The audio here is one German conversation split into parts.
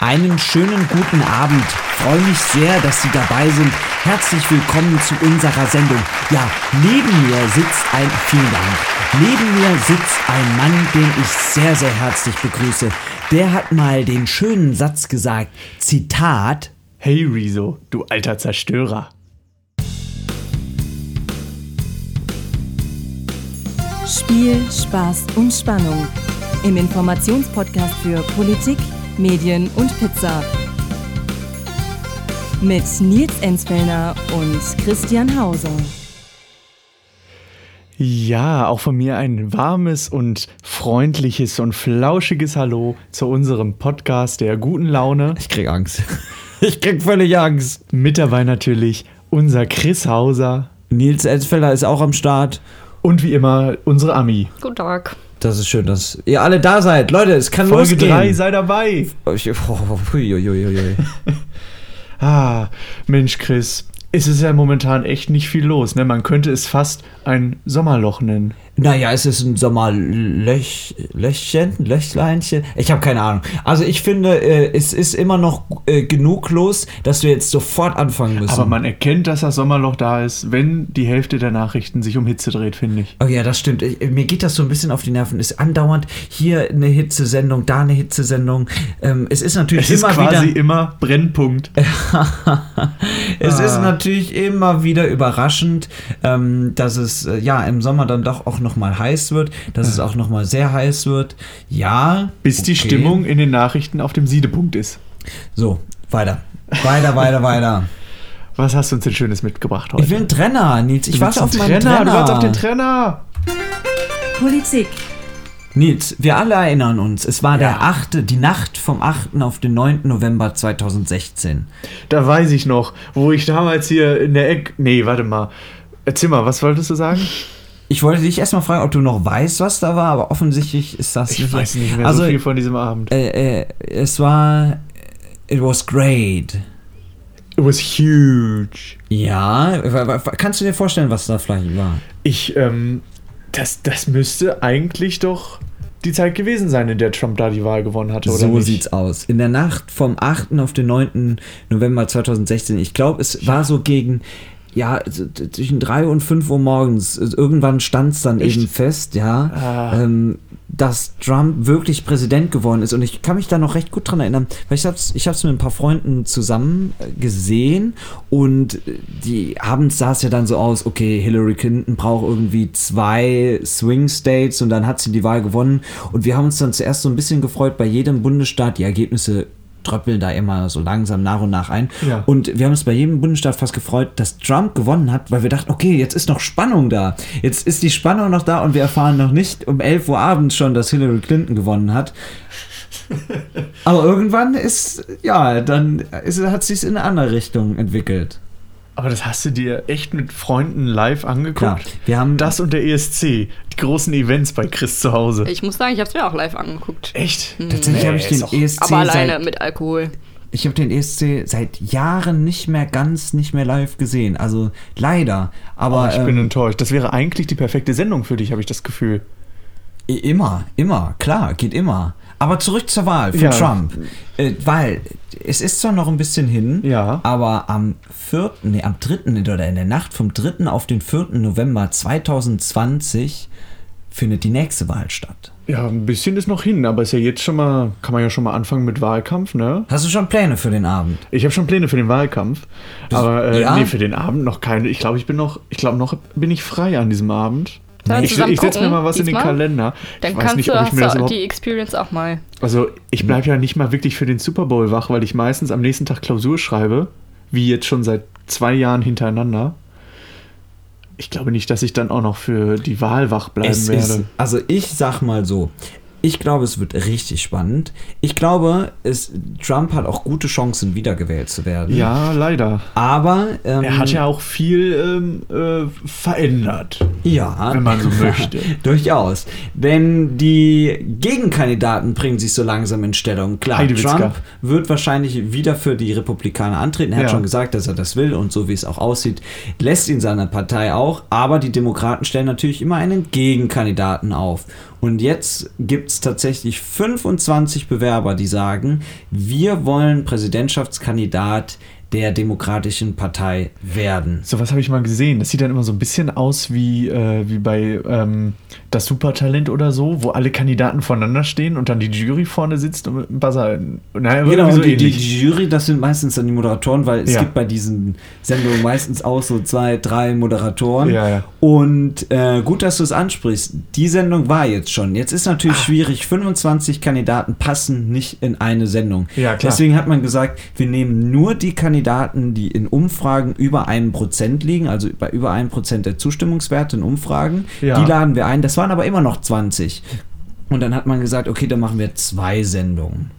Einen schönen guten Abend. Freue mich sehr, dass Sie dabei sind. Herzlich willkommen zu unserer Sendung. Ja, neben mir sitzt ein, vielen Dank. Neben mir sitzt ein Mann, den ich sehr, sehr herzlich begrüße. Der hat mal den schönen Satz gesagt. Zitat. Hey Rezo, du alter Zerstörer. Spiel, Spaß und Spannung. Im Informationspodcast für Politik, Medien und Pizza. Mit Nils Enzfellner und Christian Hauser. Ja, auch von mir ein warmes und freundliches und flauschiges Hallo zu unserem Podcast der guten Laune. Ich krieg Angst. Ich krieg völlig Angst. Mit dabei natürlich unser Chris Hauser Nils Elsfeller ist auch am Start. und wie immer unsere Ami. Guten Tag. Das ist schön, dass ihr alle da seid. Leute, es kann Folge losgehen. 3, sei dabei. Ich- oh, hui, hui, hui, hui. Ah, Mensch Chris, es ist ja momentan echt nicht viel los. Ne? Man könnte es fast ein Sommerloch nennen. Naja, es ist ein Sommerlöch, Löchchen, Löchleinchen. Ich habe keine Ahnung. Also ich finde, äh, es ist immer noch äh, genug los, dass wir jetzt sofort anfangen müssen. Aber man erkennt, dass das Sommerloch da ist, wenn die Hälfte der Nachrichten sich um Hitze dreht, finde ich. Oh ja, das stimmt. Ich, mir geht das so ein bisschen auf die Nerven. Ist andauernd hier eine Hitzesendung, da eine Hitzesendung. Ähm, es ist natürlich Es ist immer quasi wieder. immer Brennpunkt. es ist Ah. natürlich immer wieder überraschend, ähm, dass es äh, ja im Sommer dann doch auch noch mal heiß wird, dass es auch noch mal sehr heiß wird. Ja. Hm. Bis die okay. Stimmung in den Nachrichten auf dem Siedepunkt ist. So weiter, weiter, weiter, weiter. Was hast du uns denn Schönes mitgebracht heute? Ich will einen Trenner, Nils. Ich Du willst warte auf einen meinen Trenner. Du wartest auf den Trenner. Politik, Nils, wir alle erinnern uns, es war der 8., die Nacht vom 8. auf den 9. November 2016. Da weiß ich noch, wo ich damals hier in der Ecke. Nee, warte mal. Erzähl mal, was wolltest du sagen? Ich wollte dich erstmal fragen, ob du noch weißt, was da war, aber offensichtlich ist das Ich weiß nicht mehr also, so viel von diesem Abend. äh, äh, es war. It was great. It was huge. Ja, wa- wa- kannst du dir vorstellen, was da vielleicht war? Ich, ähm, das, das müsste eigentlich doch die Zeit gewesen sein, in der Trump da die Wahl gewonnen hatte, oder so nicht? sieht's aus. In der Nacht vom 8. auf den 9. November 2016. Ich glaube, es war so gegen, ja, so t- zwischen 3 und 5 Uhr morgens. Äh, Irgendwann stand's dann Echt? eben fest, ja, Ah. ähm, dass Trump wirklich Präsident geworden ist. Und ich kann mich da noch recht gut dran erinnern, weil ich hab's, ich hab's mit ein paar Freunden zusammen äh, gesehen und äh, die abends sah es ja dann so aus, okay, Hillary Clinton braucht irgendwie zwei Swing States und dann hat sie die Wahl gewonnen. Und wir haben uns dann zuerst so ein bisschen gefreut bei jedem Bundesstaat, die Ergebnisse tröppeln da immer so langsam nach und nach ein. Ja. Und wir haben uns bei jedem Bundesstaat fast gefreut, dass Trump gewonnen hat, weil wir dachten, okay, jetzt ist noch Spannung da. Jetzt ist die Spannung noch da und wir erfahren noch nicht um 11 Uhr abends schon, dass Hillary Clinton gewonnen hat. Aber irgendwann ist, ja, dann ist, hat sich es in eine andere Richtung entwickelt. Aber das hast du dir echt mit Freunden live angeguckt? Klar, wir haben- das und der ESC, die großen Events bei Chris zu Hause. Ich muss sagen, ich habe es mir auch live angeguckt. Echt? Tatsächlich Mhm. Nee, habe ich ist den doch- ESC Aber alleine seit, mit Alkohol. ich habe den ESC seit Jahren nicht mehr ganz, nicht mehr live gesehen. Also leider. Aber Oh, ähm, Ich bin enttäuscht. Das wäre eigentlich die perfekte Sendung für dich, habe ich das Gefühl. I- Immer, immer, klar, geht immer. Aber zurück zur Wahl für Ja. Trump. Äh, weil es ist zwar noch ein bisschen hin, Ja. aber am 4., nee, am 3. oder in der Nacht vom 3. auf den 4. November 2020 findet die nächste Wahl statt. Ja, ein bisschen ist noch hin, aber ist ja jetzt schon mal, kann man ja schon mal anfangen mit Wahlkampf, ne? Hast du schon Pläne für den Abend? Ich habe schon Pläne für den Wahlkampf, aber äh, ja? nee, für den Abend noch keine. Ich glaube, ich bin noch, ich glaube noch bin ich frei an diesem Abend. Sollen wir Ich, zusammen ich setze mir gucken, mal was in den diesmal? Kalender. Dann ich kannst weiß nicht, du, ob ich hast mir das du überhaupt. die Experience auch mal. Also ich bleibe ja nicht mal wirklich für den Super Bowl wach, weil ich meistens am nächsten Tag Klausur schreibe, wie jetzt schon seit zwei Jahren hintereinander. Ich glaube nicht, dass ich dann auch noch für die Wahl wach bleiben Es werde. ist, also ich sag mal so, ich glaube, es wird richtig spannend. Ich glaube, es, Trump hat auch gute Chancen, wiedergewählt zu werden. ja, leider. Aber ähm, Er hat ja auch viel ähm, äh, verändert, ja, wenn man so möchte. Durchaus. Denn die Gegenkandidaten bringen sich so langsam in Stellung. Klar, Heidewitzka. Trump wird wahrscheinlich wieder für die Republikaner antreten. Er hat Ja. schon gesagt, dass er das will und so wie es auch aussieht, lässt ihn seine Partei auch. Aber die Demokraten stellen natürlich immer einen Gegenkandidaten auf. Und jetzt gibt es tatsächlich 25 Bewerber, die sagen, wir wollen Präsidentschaftskandidat der Demokratischen Partei werden. So was habe ich mal gesehen. Das sieht dann immer so ein bisschen aus wie, äh, wie bei ähm, das Supertalent oder so, wo alle Kandidaten voneinander stehen und dann die Jury vorne sitzt und mit dem Buzzer. Naja, Genau, irgendwie so und die, die, Äh, ähnlich. die Jury, das sind meistens dann die Moderatoren, weil es Ja. gibt bei diesen Sendungen meistens auch so zwei, drei Moderatoren. Ja, ja. Und äh, gut, dass du es ansprichst. Die Sendung war jetzt schon. Jetzt ist natürlich Ah. schwierig, 25 Kandidaten passen nicht in eine Sendung. Ja, klar. Deswegen hat man gesagt, wir nehmen nur die Kandidaten, die in Umfragen über einem Prozent liegen, also bei über einem Prozent der Zustimmungswerte in Umfragen. Ja. Die laden wir ein. Das waren aber immer noch 20. Und dann hat man gesagt, okay, dann machen wir zwei Sendungen.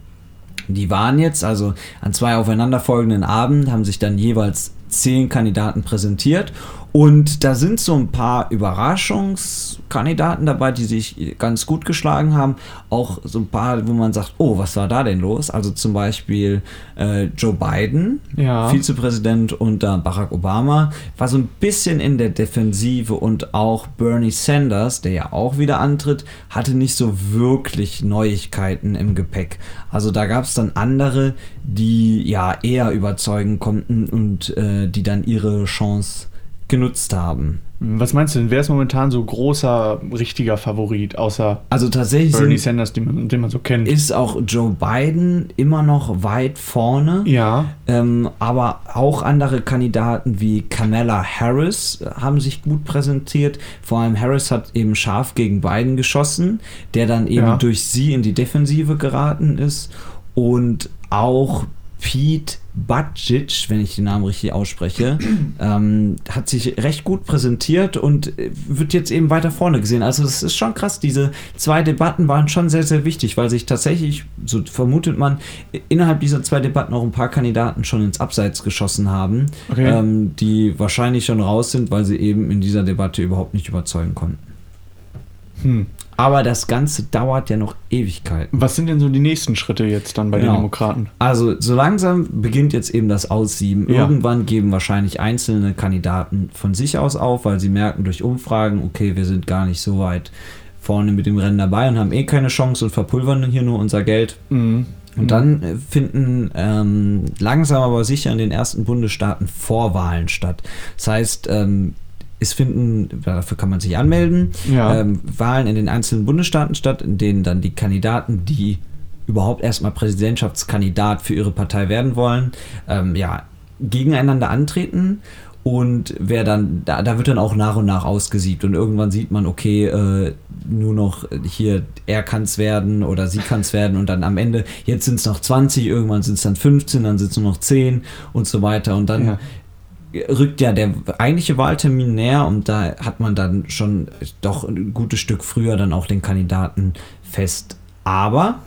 Die waren jetzt, also an zwei aufeinanderfolgenden Abend, haben sich dann jeweils zehn Kandidaten präsentiert. Und da sind so ein paar Überraschungskandidaten dabei, die sich ganz gut geschlagen haben. Auch so ein paar, wo man sagt, oh, was war da denn los? Also zum Beispiel äh, Joe Biden, Ja. Vizepräsident unter Barack Obama, war so ein bisschen in der Defensive und auch Bernie Sanders, der ja auch wieder antritt, hatte nicht so wirklich Neuigkeiten im Gepäck. Also da gab es dann andere, die ja eher überzeugen konnten und äh, die dann ihre Chance genutzt haben. Was meinst du denn? Wer ist momentan so großer, richtiger Favorit, außer Also tatsächlich Bernie sind, Sanders, den man, den man so kennt? ist auch Joe Biden immer noch weit vorne. ja. Ähm, aber auch andere Kandidaten wie Kamala Harris äh, haben sich gut präsentiert. Vor allem Harris hat eben scharf gegen Biden geschossen, der dann eben Ja. durch sie in die Defensive geraten ist. Und auch Pete Buttigieg, wenn ich den Namen richtig ausspreche, ähm, hat sich recht gut präsentiert und äh, wird jetzt eben weiter vorne gesehen. Also es ist schon krass, diese zwei Debatten waren schon sehr, sehr wichtig, weil sich tatsächlich, so vermutet man, innerhalb dieser zwei Debatten auch ein paar Kandidaten schon ins Abseits geschossen haben, Okay. ähm, die wahrscheinlich schon raus sind, weil sie eben in dieser Debatte überhaupt nicht überzeugen konnten. Hm. Aber das Ganze dauert ja noch Ewigkeiten. Was sind denn so die nächsten Schritte jetzt dann bei Genau. den Demokraten? Also so langsam beginnt jetzt eben das Aussieben. Ja. Irgendwann geben wahrscheinlich einzelne Kandidaten von sich aus auf, weil sie merken durch Umfragen, okay, wir sind gar nicht so weit vorne mit dem Rennen dabei und haben eh keine Chance und verpulvern hier nur unser Geld. Mhm. Und dann äh, finden ähm, langsam aber sicher in den ersten Bundesstaaten Vorwahlen statt. Das heißt, ähm, es finden, dafür kann man sich anmelden, Ja. ähm, Wahlen in den einzelnen Bundesstaaten statt, in denen dann die Kandidaten, die überhaupt erstmal Präsidentschaftskandidat für ihre Partei werden wollen, ähm, ja, gegeneinander antreten. Und wer dann, da, da wird dann auch nach und nach ausgesiebt. Und irgendwann sieht man, okay, äh, nur noch hier, er kann es werden oder sie kann es werden. Und dann am Ende, jetzt sind es noch 20, irgendwann sind es dann 15, dann sind es nur noch 10 und so weiter. Und dann Ja. rückt ja der eigentliche Wahltermin näher und da hat man dann schon doch ein gutes Stück früher dann auch den Kandidaten fest. Aber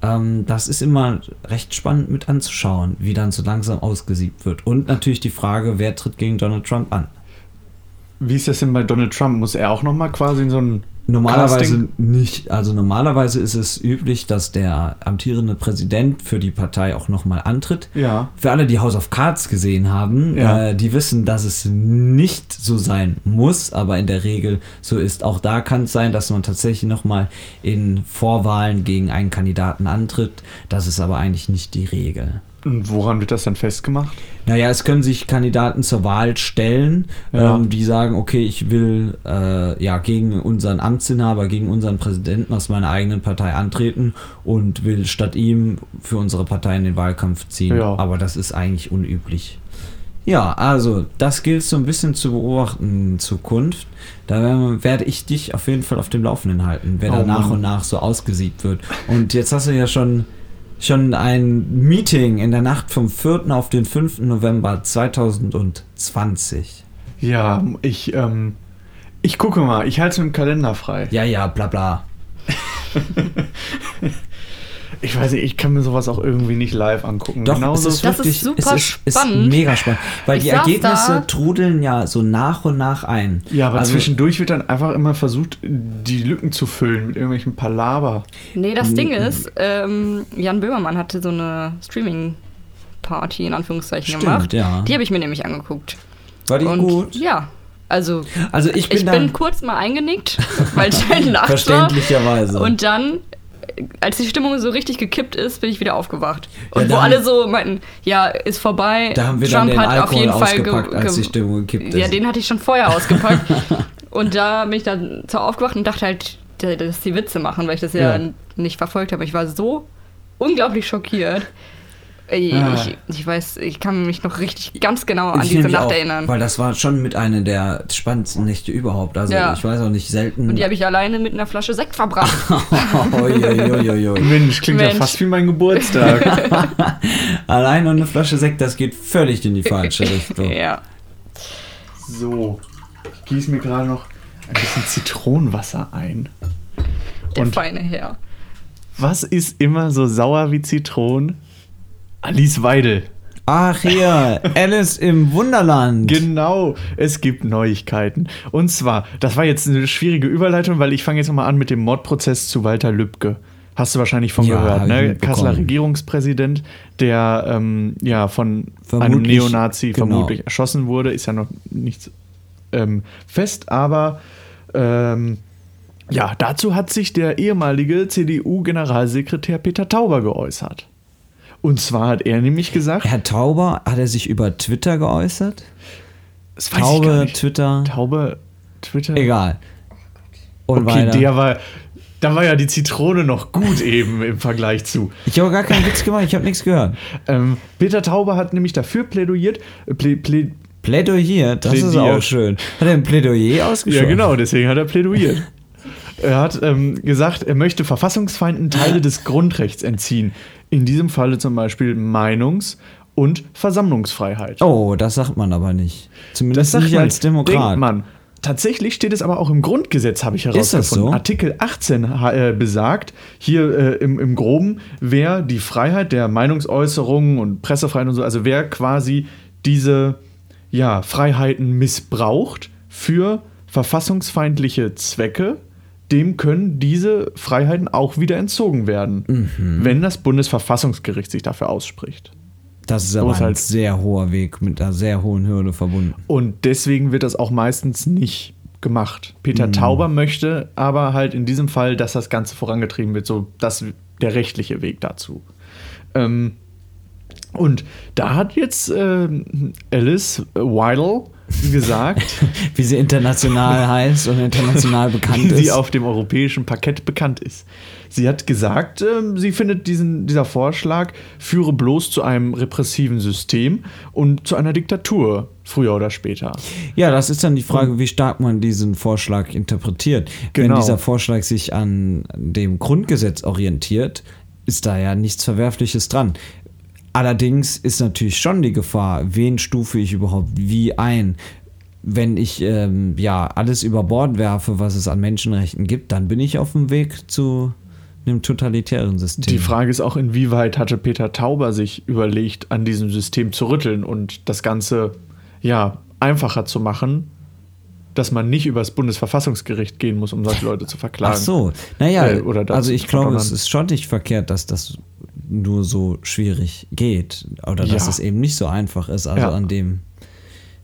ähm, das ist immer recht spannend mit anzuschauen, wie dann so langsam ausgesiebt wird. Und natürlich die Frage, wer tritt gegen Donald Trump an? Wie ist das denn bei Donald Trump? Muss er auch nochmal quasi in so einen. Normalerweise Casting? nicht. Also normalerweise ist es üblich, dass der amtierende Präsident für die Partei auch nochmal antritt. Ja. Für alle, die House of Cards gesehen haben, Ja. äh, die wissen, dass es nicht so sein muss, aber in der Regel so ist. Auch da kann es sein, dass man tatsächlich nochmal in Vorwahlen gegen einen Kandidaten antritt. Das ist aber eigentlich nicht die Regel. Und woran wird das dann festgemacht? Naja, es können sich Kandidaten zur Wahl stellen, Ja. ähm, die sagen, okay, ich will äh, ja gegen unseren Amtsinhaber, gegen unseren Präsidenten aus meiner eigenen Partei antreten und will statt ihm für unsere Partei in den Wahlkampf ziehen. Ja. Aber das ist eigentlich unüblich. Ja, also das gilt so ein bisschen zu beobachten in Zukunft. Da werden- werde ich dich auf jeden Fall auf dem Laufenden halten, wer da Oh nach Mann. und nach so ausgesiebt wird. Und jetzt hast du ja schon schon ein Meeting in der Nacht vom 4. auf den 5. November 2020. Ja, ich, ähm, ich gucke mal. Ich halte es mit dem Kalender frei. Ja, ja, bla bla. Ich weiß nicht, ich kann mir sowas auch irgendwie nicht live angucken. Doch, Genauso. es ist Genau Das ist wirklich super es ist, spannend. Ist mega spannend. Weil Ich die saß Ergebnisse da. trudeln ja so nach und nach ein. ja, aber Also- zwischendurch wird dann einfach immer versucht, die Lücken zu füllen mit irgendwelchen Palaver. Nee, das Ding ist, ähm, Jan Böhmermann hatte so eine Streaming-Party in Anführungszeichen Stimmt, gemacht. ja. Die habe ich mir nämlich angeguckt. War die Und gut? ja, Also, Also ich bin ich da bin kurz mal eingenickt, weil Sheldon lacht war. verständlicherweise. Und dann, äh, als die Stimmung so richtig gekippt ist, bin ich wieder aufgewacht. Ja, Und wo da- alle so meinten, ja, ist vorbei. da haben wir Trump dann den hat auf Alkohol jeden Fall ge- ausgepackt, als ge- die Stimmung gekippt ist. Ja, den hatte ich schon vorher ausgepackt. und da bin ich dann zwar aufgewacht und dachte halt, d- dass die Witze machen, weil ich das ja, Ja. nicht verfolgt habe. Ich war so unglaublich schockiert. Ich, Ah. ich, ich weiß, ich kann mich noch richtig ganz genau an Ich diese nämlich Nacht auch, erinnern. Weil das war schon mit einer der spannendsten Nächte überhaupt. Also Ja. ich weiß auch nicht, selten. Und die habe ich alleine mit einer Flasche Sekt verbracht. Uiuiuiui. Mensch, klingt Mensch. ja fast wie mein Geburtstag. Allein und eine Flasche Sekt, das geht völlig in die falsche Richtung. ja. so, ich gieße mir gerade noch ein bisschen Zitronenwasser ein. Der Und- feine Herr. Was ist immer so sauer wie Zitronen? Alice Weidel. Ach hier, Alice im Wunderland. Genau, es gibt Neuigkeiten. Und zwar, das war jetzt eine schwierige Überleitung, weil ich fange jetzt nochmal an mit dem Mordprozess zu Walter Lübcke. Hast du wahrscheinlich von Ja, hab gehört, ich ne? mitbekommen. Kasseler Regierungspräsident, der ähm, ja von einem Vermutlich, Neonazi genau. vermutlich erschossen wurde, ist ja noch nichts ähm, fest, aber ähm, ja, dazu hat sich der ehemalige CDU-Generalsekretär Peter Tauber geäußert. Und zwar hat er nämlich gesagt, Herr Tauber, hat er sich über Twitter geäußert? das weiß ich gar Taube, nicht. Twitter, Taube, Twitter. egal. Und Okay, weiter. der war. Da war ja die Zitrone noch gut eben im Vergleich zu. ich habe gar keinen Witz gemacht, ich habe nichts gehört. Ähm, Peter Tauber hat nämlich dafür plädoyiert. äh, Plä, plä, Plädoyer, das ist Plädiert. auch schön. Hat er ein Plädoyer ja, ausgesprochen? genau, deswegen hat er plädoyiert. er hat ähm, gesagt, er möchte Verfassungsfeinden Teile des Grundrechts entziehen. In diesem Falle zum Beispiel Meinungs- und Versammlungsfreiheit. Oh, das sagt man aber nicht. Das Zumindest sagt nicht man als nicht. Denkt Demokrat. man. Tatsächlich steht es aber auch im Grundgesetz, habe ich das herausgefunden. so? Artikel 18 ha- äh, besagt hier äh, im, im Groben, wer die Freiheit der Meinungsäußerung und Pressefreiheit und so, also wer quasi diese ja, Freiheiten missbraucht für verfassungsfeindliche Zwecke, dem können diese Freiheiten auch wieder entzogen werden, Mhm. wenn das Bundesverfassungsgericht sich dafür ausspricht. Das ist aber Muss ein halt- sehr hoher Weg mit einer sehr hohen Hürde verbunden. Und deswegen wird das auch meistens nicht gemacht. Mhm. Peter Tauber möchte aber halt in diesem Fall, dass das Ganze vorangetrieben wird, so das der rechtliche Weg dazu. Ähm, und da hat jetzt ähm, Alice Weidel gesagt, Wie sie international heißt und international bekannt die ist. auf dem europäischen Parkett bekannt ist. Sie hat gesagt, ähm, sie findet diesen, dieser Vorschlag führe bloß zu einem repressiven System und zu einer Diktatur, früher oder später. ja, das ist dann die Frage, wie stark man diesen Vorschlag interpretiert. Wenn Genau. dieser Vorschlag sich an dem Grundgesetz orientiert, ist da ja nichts Verwerfliches dran. Allerdings ist natürlich schon die Gefahr, wen stufe ich überhaupt wie ein. Wenn ich ähm, ja alles über Bord werfe, was es an Menschenrechten gibt, dann bin ich auf dem Weg zu einem totalitären System. Die Frage ist auch, inwieweit hatte Peter Tauber sich überlegt, an diesem System zu rütteln und das Ganze ja einfacher zu machen, dass man nicht übers Bundesverfassungsgericht gehen muss, um solche Leute zu verklagen. Ach so, naja, Äh, oder das also ich glaube, es verdonnern. ist schon nicht verkehrt, dass das nur so schwierig geht oder dass Ja. es eben nicht so einfach ist, also Ja. an dem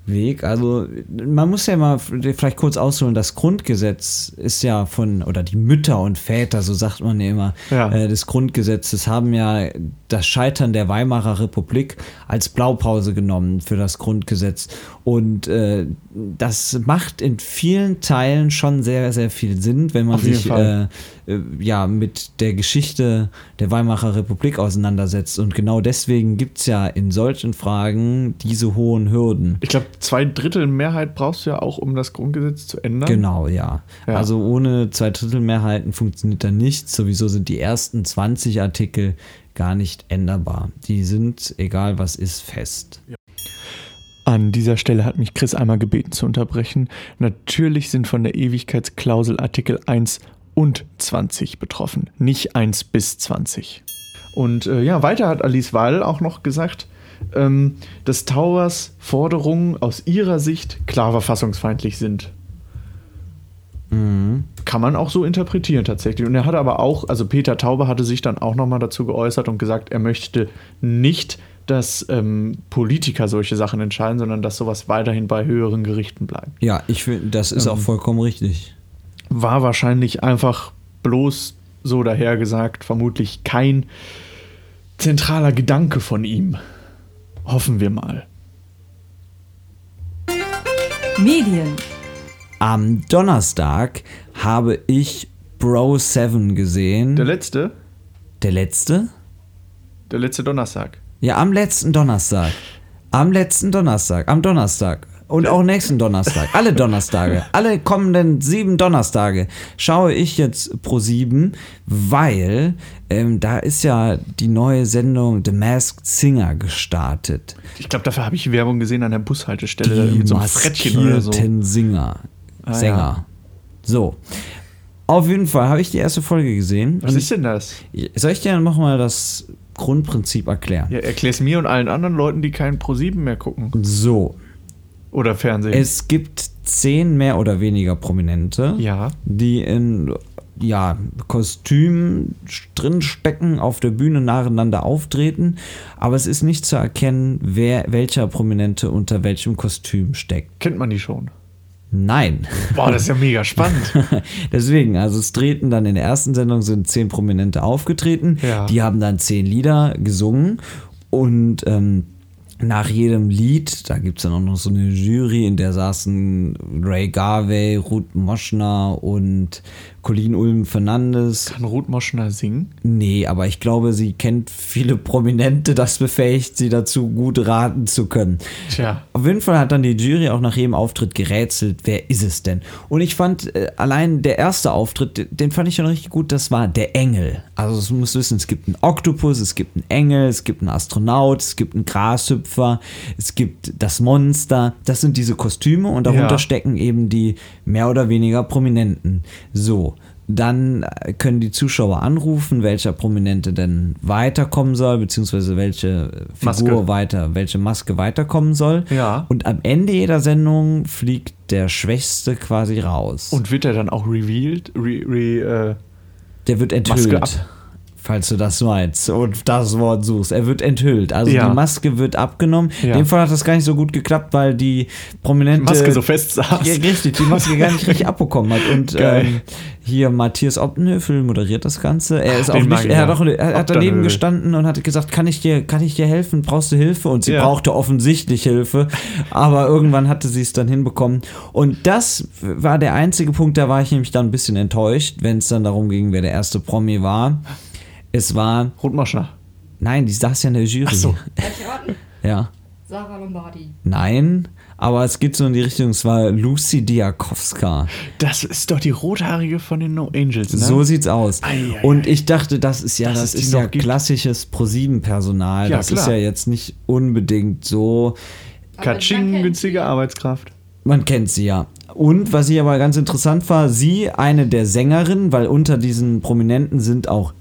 Weg. Also man muss ja mal vielleicht kurz ausholen, das Grundgesetz ist ja von, oder die Mütter und Väter, so sagt man ja immer, Ja. äh, des Grundgesetzes haben ja das Scheitern der Weimarer Republik als Blaupause genommen für das Grundgesetz. Und äh, das macht in vielen Teilen schon sehr, sehr viel Sinn, wenn man Auf jeden sich äh, Fall. äh, ja, mit der Geschichte der Weimarer Republik auseinandersetzt. Und genau deswegen gibt es ja in solchen Fragen diese hohen Hürden. Ich glaube, zwei Drittel Mehrheit brauchst du ja auch, um das Grundgesetz zu ändern. Genau, ja. Ja. Also ohne Zweidrittelmehrheiten funktioniert da nichts. Sowieso sind die ersten 20 Artikel gar nicht änderbar. Die sind, egal was ist, fest. An dieser Stelle hat mich Chris einmal gebeten zu unterbrechen. Natürlich sind von der Ewigkeitsklausel Artikel 1 und 20 betroffen, nicht 1 bis 20. Und äh, ja, weiter hat Alice Wahl auch noch gesagt, ähm, dass Towers Forderungen aus ihrer Sicht klar verfassungsfeindlich sind. Kann man auch so interpretieren tatsächlich. Und er hatte aber auch, also Peter Taube hatte sich dann auch nochmal dazu geäußert und gesagt, er möchte nicht, dass ähm, Politiker solche Sachen entscheiden, sondern dass sowas weiterhin bei höheren Gerichten bleibt. Ja, ich finde, das ist auch Ähm. vollkommen richtig. War wahrscheinlich einfach bloß so dahergesagt, vermutlich kein zentraler Gedanke von ihm. Hoffen wir mal. Medien. Am Donnerstag habe ich Bro 7 gesehen. Der letzte, der letzte? der letzte Donnerstag. Ja, am letzten Donnerstag. Am letzten Donnerstag. Am Donnerstag. Und auch nächsten Donnerstag. Alle Donnerstage. alle kommenden sieben Donnerstage schaue ich jetzt pro sieben, weil ähm, da ist ja die neue Sendung The Masked Singer gestartet. Ich glaube, dafür habe ich Werbung gesehen an der Bushaltestelle Die mit so einem Frettchen oder so. Ah, maskierten Singer. ja. Sänger. So. Auf jeden Fall habe ich die erste Folge gesehen. Was Und ist denn das? ich- soll ich dir nochmal das Grundprinzip erklären? Ja, erklär's mir und allen anderen Leuten, die keinen Pro7 mehr gucken. So, Oder Fernsehen. es gibt zehn mehr oder weniger Prominente, ja. die in ja, Kostümen drinstecken, auf der Bühne nacheinander auftreten, aber es ist nicht zu erkennen, wer welcher Prominente unter welchem Kostüm steckt. Kennt man die schon. Nein. Boah, das ist ja mega spannend. Deswegen, also es treten dann in der ersten Sendung sind zehn Prominente aufgetreten, Ja. die haben dann zehn Lieder gesungen und ähm, nach jedem Lied, da gibt es dann auch noch so eine Jury, in der saßen Ray Garvey, Ruth Moschner und Colleen Ulm Fernandes. Kann Ruth Moschner singen? Nee, aber ich glaube, sie kennt viele Prominente, das befähigt sie dazu, gut raten zu können. Tja. Auf jeden Fall hat dann die Jury auch nach jedem Auftritt gerätselt, wer ist es denn? Und ich fand äh, allein der erste Auftritt, den- den fand ich schon richtig gut, das war der Engel. Also du musst wissen, es gibt einen Oktopus, es gibt einen Engel, es gibt einen Astronaut, es gibt einen Grashüpfer, es gibt das Monster. Das sind diese Kostüme und darunter Ja. stecken eben die mehr oder weniger Prominenten. So. Dann äh, können die Zuschauer anrufen, welcher Prominente denn weiterkommen soll, beziehungsweise welche äh, Figur Maske. weiter, welche Maske weiterkommen soll. Ja. Und am Ende jeder Sendung fliegt der Schwächste quasi raus. Und wird er dann auch revealed? Re, äh, re, der wird Maske enthüllt. ab. Falls du das meinst und das Wort suchst. Er wird enthüllt. Also Ja. die Maske wird abgenommen. Ja. In dem Fall hat das gar nicht so gut geklappt, weil die äh, prominente Maske so fest saß. Ja, richtig, die Maske gar nicht richtig abbekommen hat. Und Geil. ähm, hier Matthias Optenhöfel moderiert das Ganze. Er ist Den auch mag nicht, ich er hat, ja. auch, er hat daneben Optenhövel. gestanden und hat gesagt, kann ich dir, kann ich dir helfen? Brauchst du Hilfe? Und sie Ja. brauchte offensichtlich Hilfe, aber irgendwann hatte sie es dann hinbekommen. Und das war der einzige Punkt, da war ich nämlich dann ein bisschen enttäuscht, wenn es dann darum ging, wer der erste Promi war. Es war, Ruth Moschner. nein, die saß ja in der Jury. Ach so. Ja. Sarah Lombardi. Nein, aber es geht so in die Richtung, es war Lucy Diakowska. Das ist doch die rothaarige von den No Angels, ne? So sieht's aus. Ei, ei, und ich dachte, das ist ja, Dass das es die ist ja noch gibt. klassisches ProSieben-Personal. Ja, das klar. ist ja jetzt nicht unbedingt so. Katsching, günstige Arbeitskraft. Man kennt sie ja. Und was ich aber ganz interessant war, sie, eine der Sängerinnen, weil unter diesen Prominenten sind auch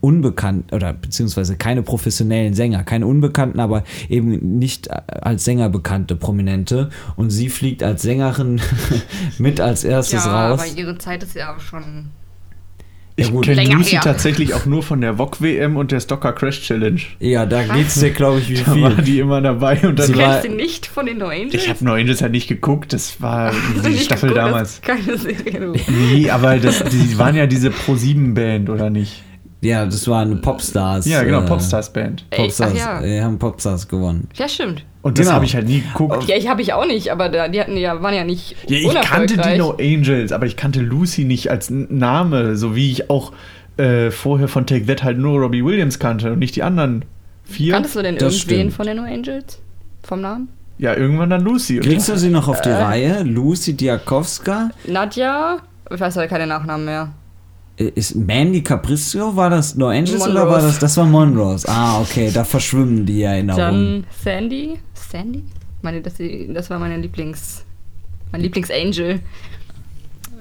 unbekannt oder beziehungsweise keine professionellen Sänger, keine Unbekannten, aber eben nicht als Sänger bekannte Prominente. Und sie fliegt als Sängerin mit als erstes ja, raus. aber ihre Zeit ist ja schon. Ja, Ich gut. kenne Länger Lucy her. tatsächlich auch nur von der VOG WM und der Stocker Crash Challenge. Ja, da geht's dir, glaube ich, wie Da war viel. die immer dabei und dann Sie Du war- kennst sie nicht von den No Angels? Ich habe No Angels halt nicht geguckt, das war Hast du die nicht Staffel geguckt? damals. Das ist keine Serie. Du. Nee, aber das, die waren ja diese Pro-7-Band, oder nicht? Ja, das waren Popstars. Ja, genau, äh, Popstars-Band. Ey, Popstars. ach ja. Wir haben Popstars gewonnen. ja, stimmt. Und das genau. habe ich halt nie geguckt. Ja, ich habe ich auch nicht, aber da, die hatten ja, waren ja nicht Ja, ich kannte die unerfolgreich. No Angels, aber ich kannte Lucy nicht als N- Name, so wie ich auch äh, vorher von Take That halt nur Robbie Williams kannte und nicht die anderen vier. Kanntest du denn das irgendwen stimmt. von den No Angels? Vom Namen? Ja, irgendwann dann Lucy. oder? Kriegst du sie noch auf Äh. die Reihe? Lucy Diakowska? Nadja? Ich weiß leider keine Nachnamen mehr. Äh, Ist Mandy Capriscio? War das No Angels oder Monrose. war das? Das war Monrose. Ah, okay, da verschwimmen die Erinnerungen. Dann Sandy. Sandy? Meine, das, das war meine Lieblings. Mein Lieblingsangel. Äh,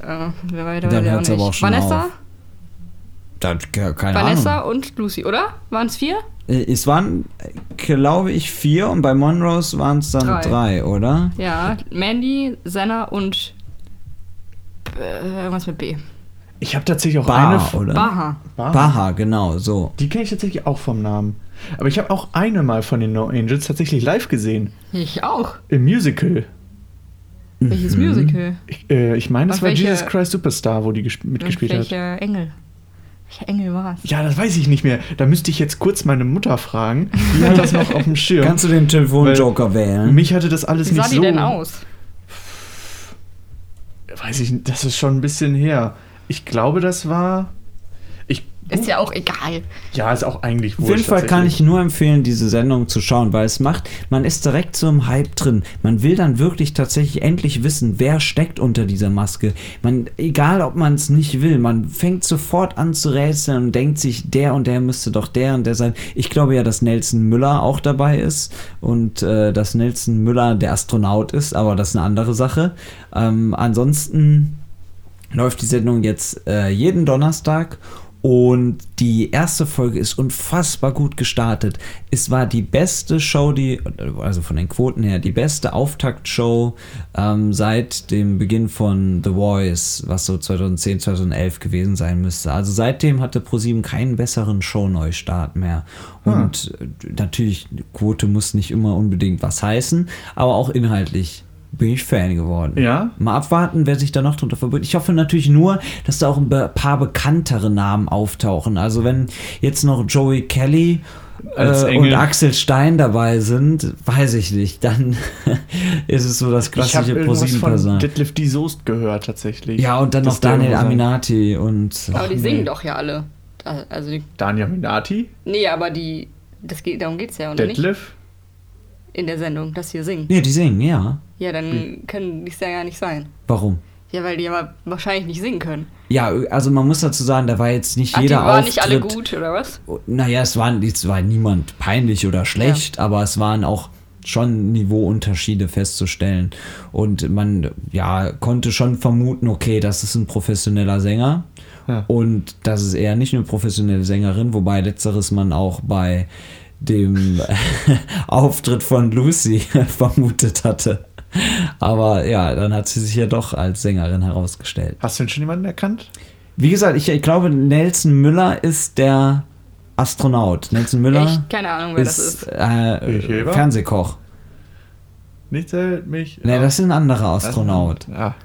wer war- wer war Dann der hört's aber nicht? auch schon Vanessa? auf. Dann, ke- keine Vanessa Ahnung. und Lucy, oder? Waren es vier? Äh, Es waren, äh, glaube ich, vier und bei Monrose waren es dann drei. Drei. oder? Ja, Mandy, Senna und. Äh, irgendwas mit B. Ich habe tatsächlich auch Baha, eine. F- oder? Baha. Baha? Baha, genau, so. Die kenne ich tatsächlich auch vom Namen. Aber ich habe auch eine mal von den No Angels tatsächlich live gesehen. Ich auch. Im Musical. Welches Mhm. Musical? Ich, äh, ich meine, das Auf war welche- Jesus Christ Superstar, wo die gesp- mitgespielt hat. Welcher Engel? Welcher Engel war es? Ja, das weiß ich nicht mehr. Da müsste ich jetzt kurz meine Mutter fragen. Die hat das noch auf dem Schirm. Kannst du den Telefonjoker wählen? Mich hatte das alles Wie nicht sah die so. denn aus? Weiß ich nicht, das ist schon ein bisschen her. Ich glaube, das war. Ich, Ist ja auch egal. ja, ist auch eigentlich Auf wurscht. jeden Fall kann tatsächlich. ich nur empfehlen, diese Sendung zu schauen, weil es macht, man ist direkt so im Hype drin. Man will dann wirklich tatsächlich endlich wissen, wer steckt unter dieser Maske. Man, egal ob man es nicht will, man fängt sofort an zu rätseln und denkt sich, der und der müsste doch der und der sein. Ich glaube ja, dass Nelson Müller auch dabei ist und äh, dass Nelson Müller der Astronaut ist, aber das ist eine andere Sache. Ähm, ansonsten läuft die Sendung jetzt äh, jeden Donnerstag und die erste Folge ist unfassbar gut gestartet. Es war die beste Show, die, also von den Quoten her, die beste Auftaktshow ähm, seit dem Beginn von The Voice, was so 2010, 2011 gewesen sein müsste. Also seitdem hatte ProSieben keinen besseren Showneustart mehr. Und äh, natürlich, Quote muss nicht immer unbedingt was heißen, aber auch inhaltlich bin ich Fan geworden. Ja? Mal abwarten, wer sich da noch drunter verbirgt. Ich hoffe natürlich nur, dass da auch ein be- paar bekanntere Namen auftauchen. Also wenn jetzt noch Joey Kelly Als äh, und Engel. Axel Stein dabei sind, weiß ich nicht. Dann ist es so das Ich habe klassische irgendwas von ProSieben-Personal. Detlef D. Soest gehört, tatsächlich. Ja, und dann Dass noch der Daniel irgendwo sein- Aminati und Aber die nee. singen doch ja alle. Da- Also die, Daniel Aminati? nee, aber die, das geht, darum geht's ja, oder nicht? Detlef? In der Sendung, dass wir singen. Ja, die singen, ja. Ja, Hm. dann können die es ja gar nicht sein. Warum? Ja, weil die aber wahrscheinlich nicht singen können. Ja, also man muss dazu sagen, da war jetzt nicht Ach, Ah, die jeder waren Auftritt nicht alle gut, oder was? naja, es war, es war niemand peinlich oder schlecht, aber es waren auch schon Niveauunterschiede festzustellen. Und man ja, konnte schon vermuten, okay, das ist ein professioneller Sänger. Ja. Und das ist eher nicht eine professionelle Sängerin, wobei letzteres man auch bei dem Auftritt von Lucy vermutet hatte. Aber ja, dann hat sie sich ja doch als Sängerin herausgestellt. Hast du denn schon jemanden erkannt? Wie gesagt, ich, ich glaube, Nelson Müller ist der Astronaut. Nelson Müller Ich, keine Ahnung, wer ist, das ist. Ich Äh, Heber? Fernsehkoch. Nichts hält mich. Nee, das ist ein anderer Astronaut. Ja,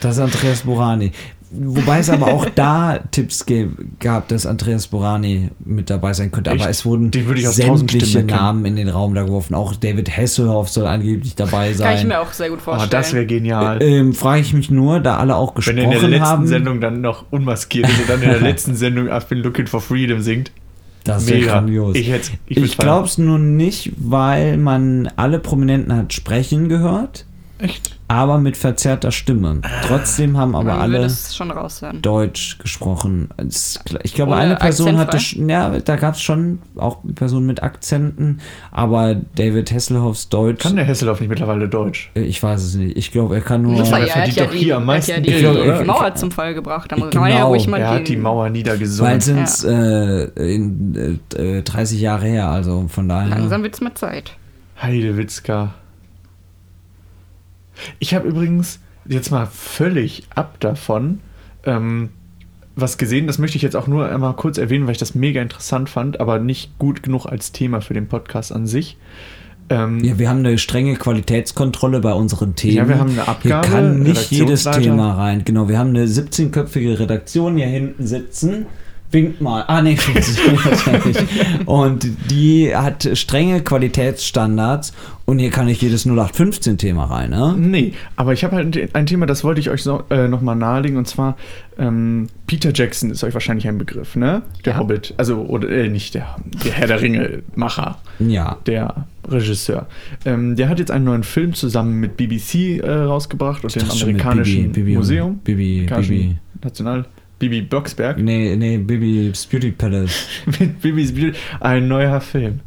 Das ist Andreas Borani. Wobei es aber auch da Tipps ge- gab, dass Andreas Borani mit dabei sein könnte. Aber Echt? es wurden Den würde ich aus tausend sämtliche Stimmen kennen. Namen in den Raum da geworfen. Auch David Hasselhoff soll angeblich dabei sein. Kann ich mir auch sehr gut oh, vorstellen. das wäre genial. ähm, Frage ich mich nur, da alle auch Wenn gesprochen er in der letzten haben. Sendung dann noch unmaskiert ist und dann in der letzten Sendung I've been looking for freedom singt. Das wäre Mega. grandios. Ich hätt's- ich ich würd's feiern. glaube es nur nicht, weil man alle Prominenten hat sprechen gehört, Echt? aber mit verzerrter Stimme. Ah, Trotzdem haben aber Man würde alle es schon raushören. Deutsch gesprochen. Es- Ich glaube, Ohne eine Person hatte, akzentfrei? sch- ja, da gab es schon auch Personen mit Akzenten, aber David Hasselhoffs Deutsch, äh, Kann der Hasselhoff nicht mittlerweile Deutsch? ich weiß es nicht. Ich glaube, er kann nur. Das war der ja, er hat verdient ja doch die, hier am er hat meisten ja die Geld, oder? Mauer zum Fall gebracht. Da muss kann man ja Genau. ruhig mal Er hat die den- Mauer niedergesungen. Weil sind es äh, in, äh, 30 Jahre her, also von daher. Langsam wird's mal Zeit. Heidewitzka. Ich habe übrigens jetzt mal völlig ab davon ähm, was gesehen. Das möchte ich jetzt auch nur einmal kurz erwähnen, weil ich das mega interessant fand, aber nicht gut genug als Thema für den Podcast an sich. Ähm, Ja, wir haben eine strenge Qualitätskontrolle bei unseren Themen. Ja, wir haben eine Abgabe, Hier kann nicht jedes Redaktionsleiter. Thema rein. Genau, wir haben eine 17-köpfige Redaktion hier hinten sitzen. Winkt mal. Ah, nee, funktioniert wahrscheinlich. Und die hat strenge Qualitätsstandards und hier kann nicht jedes 0815-Thema rein, ne? Nee, aber ich habe halt ein- ein Thema, das wollte ich euch so, äh, nochmal nahelegen, und zwar ähm, Peter Jackson ist euch wahrscheinlich ein Begriff, ne? Der Ja. Hobbit, also, oder äh, nicht der, der Herr der Ringe-Macher, Ja. der Regisseur. Ähm, der hat jetzt einen neuen Film zusammen mit BBC äh, rausgebracht und dem dachte schon mit amerikanischen Bibi, Bibi- Museum. Bibi- Amerikanischen Bibi. National. Bibi Blocksberg. Nee, nee, Bibi's Beauty Palace. mit Bibis Beauty. Ein neuer Film.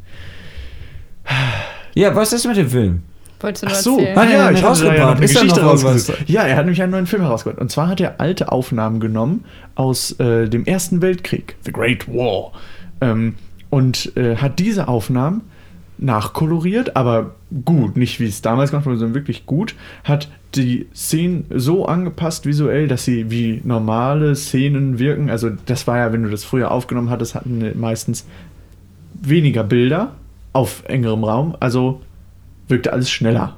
Ja, was ist mit dem Film? Wolltest du Ach nur so, erzählen? Ah, ja, er nicht hat da rausgebracht. eine Ist da Geschichte noch irgendwas? rausgesucht. Ja, er hat nämlich einen neuen Film herausgebracht. Und zwar hat er alte Aufnahmen genommen aus äh, dem Ersten Weltkrieg, The Great War, ähm, und äh, hat diese Aufnahmen nachkoloriert, aber gut, nicht wie es damals gemacht wurde, sondern wirklich gut, hat die Szenen so angepasst visuell, dass sie wie normale Szenen wirken. Also das war ja, wenn du das früher aufgenommen hattest, hatten wir meistens weniger Bilder auf engerem Raum, also wirkte alles schneller,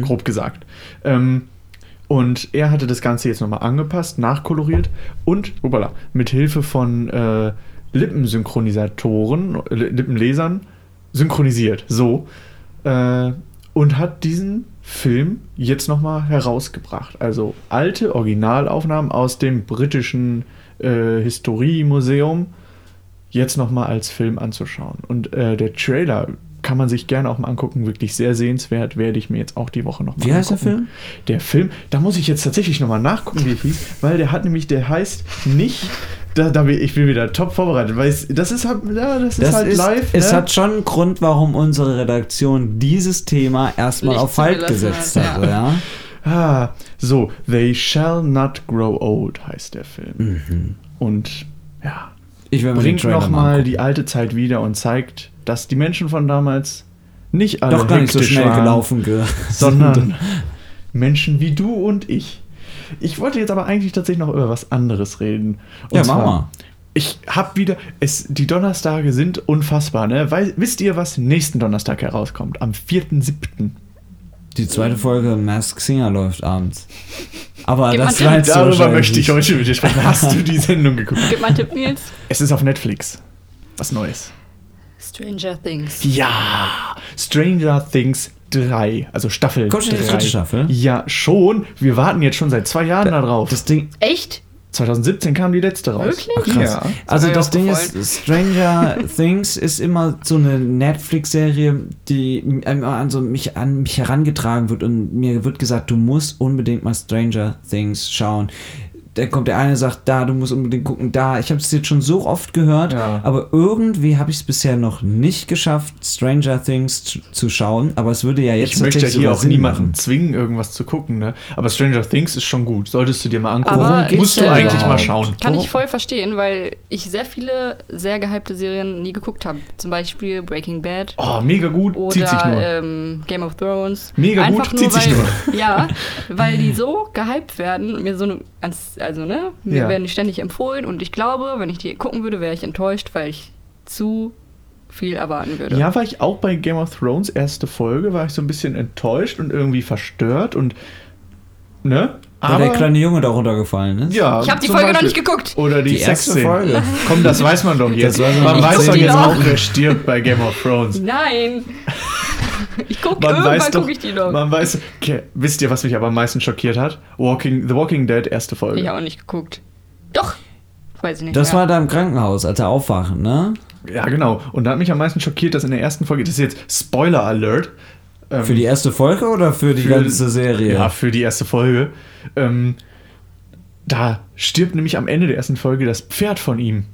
grob gesagt. Ähm, und er hatte das Ganze jetzt nochmal angepasst, nachkoloriert und hoppala, mit Hilfe von äh, Lippensynchronisatoren, Li- Lippenlesern synchronisiert. So. Äh, und hat diesen Film jetzt nochmal herausgebracht. Also alte Originalaufnahmen aus dem britischen äh, Historiemuseum jetzt nochmal als Film anzuschauen. Und äh, der Trailer kann man sich gerne auch mal angucken, wirklich sehr sehenswert, werde ich mir jetzt auch die Woche nochmal Wie heißt der Film? der Film, da muss ich jetzt tatsächlich nochmal nachgucken, wie er hieß, weil der hat nämlich, der heißt nicht, da, da bin ich bin wieder top vorbereitet, weil es, das ist halt, ja, das ist Das halt ist, live. es ne? hat schon einen Grund, warum unsere Redaktion dieses Thema erstmal Nicht auf Halt zugelassen gesetzt hat, hat. Ja. ah, so, They Shall Not Grow Old heißt der Film. Und ja, Ich will mir Mhm. den bringt Trailer mal nochmal angucken. die alte Zeit wieder und zeigt, dass die Menschen von damals nicht alle Doch gar nicht so hektisch schnell waren, gelaufen. Ge sondern Menschen wie du und ich. Ich wollte jetzt aber eigentlich tatsächlich noch über was anderes reden. Und Ja, mach mal. Ich hab wieder. Es, die Donnerstage sind unfassbar, ne? Weil, wisst ihr, was nächsten Donnerstag herauskommt? Am 4.7. Die zweite Folge Mask Singer läuft abends. Aber Gib mal das den- war jetzt so Darüber schnell möchte ich nicht. heute mit dir sprechen. Hast du die Sendung geguckt? Gib mal einen Tipp, Nils. Es ist auf Netflix. Was Neues. Stranger Things. Ja! Stranger Things 3. Also Staffel. Kommt schon die 3. dritte Staffel? Ja, schon. Wir warten jetzt schon seit zwei Jahren darauf. Das Ding, Echt? 2017 kam die letzte raus. Wirklich? Ach, krass. Ja. Also mir das auch Ding gefallen. ist, Stranger Things ist immer so eine Netflix-Serie, die ähm, an, so mich, an mich herangetragen wird und mir wird gesagt, du musst unbedingt mal Stranger Things schauen. Dann kommt der eine sagt, da, du musst unbedingt gucken, da. Ich habe es jetzt schon so oft gehört, Ja. aber irgendwie habe ich es bisher noch nicht geschafft, Stranger Things zu, zu schauen. Aber es würde ja jetzt Ich möchte ja tatsächlich hier sogar auch Sinn niemanden machen. zwingen, irgendwas zu gucken, ne? Aber StrangerIngs ist schon gut. Solltest du dir mal angucken. Aber Worum geht's musst du denn eigentlich mal überhaupt? schauen. Kann ich voll verstehen, weil ich sehr viele sehr gehypte Serien nie geguckt habe. Zum Beispiel Breaking Bad Oh, mega gut, zieht sich nur. oder ähm, Game of Thrones. Mega gut, Einfach zieht nur, sich weil, Ja, weil die so gehypt werden und mir so eine, ans- also ne, mir Ja. werden die ständig empfohlen und ich glaube, wenn ich die gucken würde, wäre ich enttäuscht, weil ich zu viel erwarten würde. ja, war ich auch bei Game of Thrones erste Folge, war ich so ein bisschen enttäuscht und irgendwie verstört und ne? Weil der kleine Junge da runtergefallen ist. ja, Ich hab die zum Folge noch nicht geguckt. Oder die, Die erste Sexszenen. Folge. Komm, das weiß man doch jetzt. weiß man man nicht. weiß doch Ich jetzt guck die auch, noch. wer stirbt bei Game of Thrones. Nein! Ich gucke, Man weiß irgendwann doch, gucke ich die noch. man weiß, okay, wisst ihr, was mich aber am meisten schockiert hat? Walking, The Walking Dead, erste Folge. Ich auch nicht geguckt. Doch! Weiß ich nicht. Das mehr. war da im Krankenhaus, als er aufwacht, ne? Ja, genau. Und da hat mich am meisten schockiert, dass in der ersten Folge, das ist jetzt Spoiler Alert. ähm, Für die erste Folge oder für die für- ganze Serie? Ja, für die erste Folge. Ähm, da stirbt nämlich am Ende der ersten Folge das Pferd von ihm.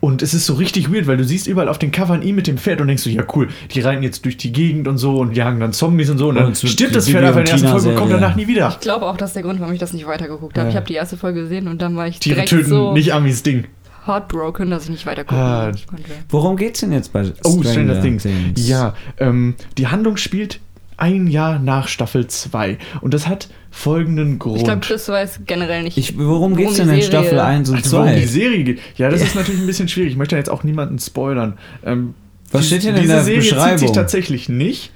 Und es ist so richtig weird, weil du siehst überall auf den Covern ihn mit dem Pferd und denkst so, ja cool, die reiten jetzt durch die Gegend und so und jagen dann Zombies und so und Und dann es wird stirbt das die Pferd einfach in der ersten Folge Leontina-Serie. und kommt danach nie wieder. Ich glaube auch, das ist der Grund, warum ich das nicht weitergeguckt habe. Ich habe die erste Folge gesehen und dann war ich Tiere direkt töten, so nicht Amis Ding. heartbroken, dass ich nicht weitergucken Ah. konnte. Worum geht's denn jetzt bei Oh, Stranger, Things. Ja, ähm, die Handlung spielt ein Jahr nach Staffel 2. Und das hat folgenden Grund. Ich glaube, Chris weiß generell nicht. Ich, worum geht's die denn in Serie- Staffel 1 und also, worum die 2? Serie geht. Ja, das ist natürlich ein bisschen schwierig. Ich möchte jetzt auch niemanden spoilern. Ähm, Was die- steht denn in diese der Serie Beschreibung? zieht sich tatsächlich nicht.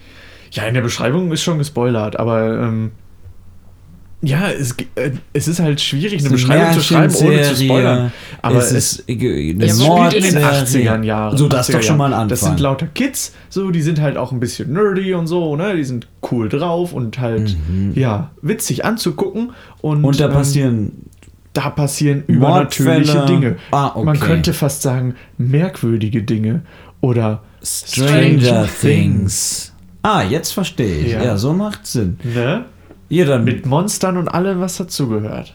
Ja, in der Beschreibung ist schon gespoilert, aber ähm, ja, es, ge- äh, es ist halt schwierig, eine Beschreibung zu schreiben, ohne zu spoilern. Aber es ist eine es spielt in den Mordserie. 80ern Jahren. So, das ist doch 80er schon mal ein Jahren. Anfang. Das sind lauter Kids, so, die sind halt auch ein bisschen nerdy und so, ne? Die sind cool drauf und halt, ja, witzig anzugucken. Und, Mhm. und da ähm, passieren. da passieren übernatürliche Mordfälle. Dinge. Ah, okay. Man könnte fast sagen, merkwürdige Dinge oder Stranger Things. Ah, jetzt verstehe ich. Ja. Ja. so macht's Sinn. Ne? Ihr dann Mit Monstern und allem, was dazugehört.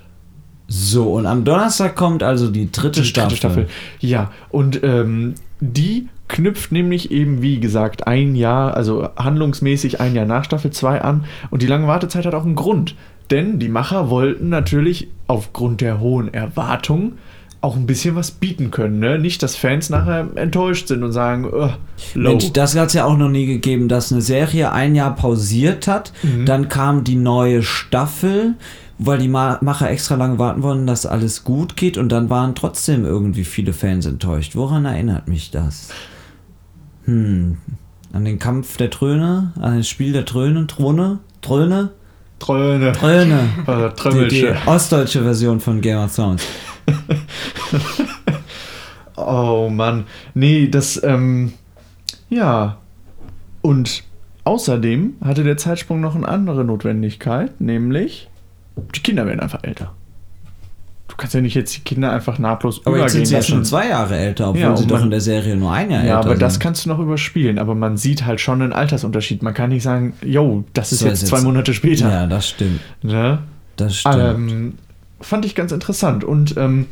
So, und am Donnerstag kommt also die dritte, Die Staffel. dritte Ja, und ähm, die knüpft nämlich eben, wie gesagt, ein Jahr, also handlungsmäßig ein Jahr nach Staffel 2 an. Und die lange Wartezeit hat auch einen Grund. Denn die Macher wollten natürlich aufgrund der hohen Erwartungen auch ein bisschen was bieten können. Ne? Nicht, dass Fans nachher enttäuscht sind und sagen, oh, low. Mensch, das hat es ja auch noch nie gegeben, dass eine Serie ein Jahr pausiert hat, Mhm. dann kam die neue Staffel, weil die Ma- Macher extra lange warten wollten, dass alles gut geht und dann waren trotzdem irgendwie viele Fans enttäuscht. Woran erinnert mich das? Hm, an den Kampf der Tröne, an das Spiel der Tröne, Trone, Tröne, Tröne. Tröne. Äh, Die, die Trömmelsche. ostdeutsche Version von Game of Thrones. Oh Mann. Nee, das, ähm, ja. Und außerdem hatte der Zeitsprung noch eine andere Notwendigkeit, nämlich die Kinder werden einfach älter. Du kannst ja nicht jetzt die Kinder einfach nahtlos Aber jetzt sind übergehen sie ja schon lassen. zwei Jahre älter, obwohl Ja, sie und doch man- in der Serie nur ein Jahr ja, älter ne? aber das sind. kannst du noch überspielen, aber man sieht halt schon einen Altersunterschied. Man kann nicht sagen, yo, das ist So jetzt ist zwei jetzt- Monate später. Ja, das stimmt. Ne? Das stimmt. Ähm, fand ich ganz interessant und ähm,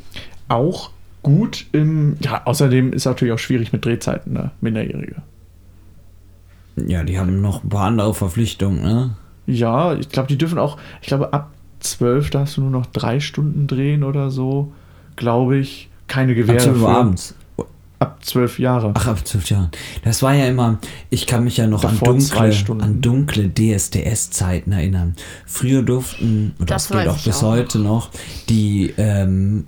auch gut im. Ja, außerdem ist natürlich auch schwierig mit Drehzeiten, ne? Minderjährige. ähm, ja, die haben noch ein paar andere Verpflichtungen, ne? Ja, ich glaube, die dürfen auch. Ich glaube, ab 12 darfst du nur noch drei Stunden drehen oder so. Glaube ich. Keine Gewähr. Ab 12 Uhr dafür. abends. Ab 12 Jahre. Ach, ab 12 Jahren. Das war ja immer, ich kann mich ja noch an Davor zwei dunkle, Stunden. an dunkle DSDS-Zeiten erinnern. Früher durften, und das, Das weiß geht auch ich bis auch noch. heute noch, die ähm,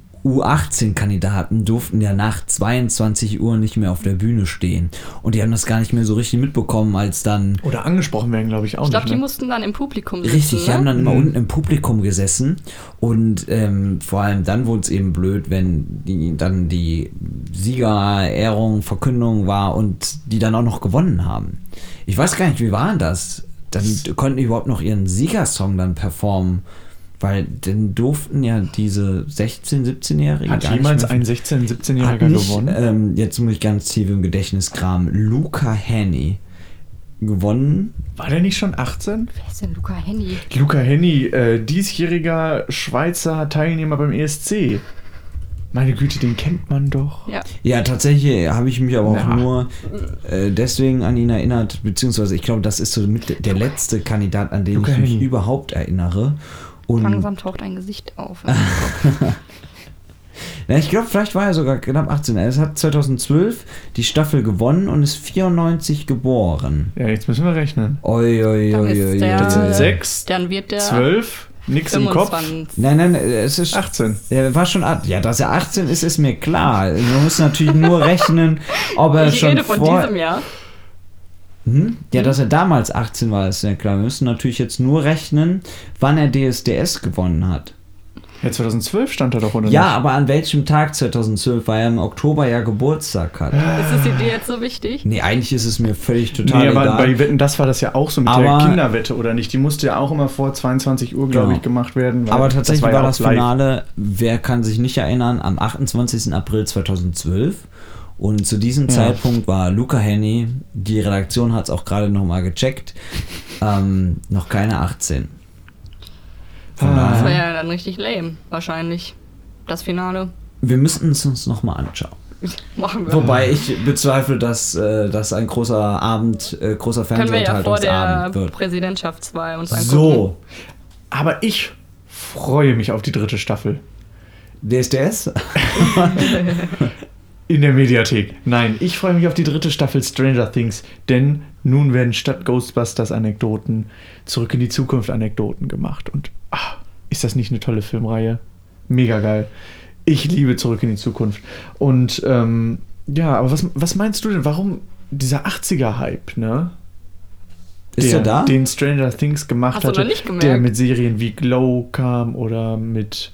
U18-Kandidaten durften ja nach 22 Uhr nicht mehr auf der Bühne stehen. Und die haben das gar nicht mehr so richtig mitbekommen, als dann Oder angesprochen werden, glaube ich, auch Ich glaube, die nicht. ne? mussten dann im Publikum sitzen. Richtig, die haben ne? dann immer Mhm. unten im Publikum gesessen und ähm, vor allem dann wurde es eben blöd, wenn die, dann die Siegerehrung, Verkündung war und die dann auch noch gewonnen haben. Ich weiß gar nicht, wie war denn das? Dann konnten die überhaupt noch ihren Siegersong dann performen, weil dann durften ja diese 16-, 17-Jährigen Hat gar nicht jemals mehr- ein 16-, hat 17-Jähriger nicht, gewonnen? Ähm, jetzt muss ich ganz tief im Gedächtnis kramen. Luca Hanny gewonnen. War der nicht schon 18? Wer ist denn Luca Henny? Luca Henny, äh, diesjähriger Schweizer Teilnehmer beim ESC. Meine Güte, den kennt man doch. Ja. Ja, tatsächlich äh, habe ich mich aber auch Na. nur äh, deswegen an ihn erinnert, beziehungsweise ich glaube, das ist so mit der letzte Kandidat, an den Luca ich mich Henny. überhaupt erinnere. Und Langsam taucht ein Gesicht auf. na, ich glaube, vielleicht war er sogar knapp 18. Er hat 2012 die Staffel gewonnen und ist 94 geboren. Ja, jetzt müssen wir rechnen. Oi, oi, Dann ist oi, oi, der- oi. Das sind oi. Sechs, Dann wird der 12, nix im Kopf, 25. Nein, nein, äh, es ist. 18. Er war schon. acht- Ja, dass er 18 ist, ist mir klar. Man muss natürlich nur rechnen, ob er Ich schon. rede von vor diesem Jahr. Mhm. Hm? Ja, dass er damals 18 war, ist ja klar. Wir müssen natürlich jetzt nur rechnen, wann er DSDS gewonnen hat. Ja, 2012 stand er doch, oder Ja, aber an welchem Tag 2012, weil er im Oktober ja Geburtstag hat. Ist es dir jetzt so wichtig? Nee, eigentlich ist es mir völlig nicht? total Nee, aber egal. bei Wetten, das war das ja auch so mit Aber- der Kinderwette, oder nicht? Die musste ja auch immer vor 22 Uhr, glaube Genau. ich, gemacht werden. weil aber tatsächlich war, ja auch das live. Finale, wer kann sich nicht erinnern, am 28. April 2012. Und zu diesem Ja. Zeitpunkt war Luca Henny, die Redaktion hat es auch gerade nochmal gecheckt, ähm, noch keine 18. Von Ah. daher- Das war ja dann richtig lame, wahrscheinlich. Das Finale. Wir müssten es uns nochmal anschauen. Machen wir. Wobei ich bezweifle, dass äh, das ein großer Abend, äh, großer Können wir ja vor der Fernsehunterhaltungsabend wird. Präsidentschaftswahl uns angucken. So, Aber ich freue mich auf die dritte Staffel. DSDS? In der Mediathek. Nein, ich freue mich auf die dritte Staffel Stranger Things, denn nun werden statt Ghostbusters Anekdoten zurück in die Zukunft Anekdoten gemacht. Und ah, ist das nicht eine tolle Filmreihe? Mega geil. Ich liebe zurück in die Zukunft. Und ähm, ja, aber was, was meinst du denn, warum dieser 80er-Hype, ne? Ist der, er da? Den Stranger Things gemacht Hast du hatte. noch nicht gemerkt? der mit Serien wie Glow kam oder mit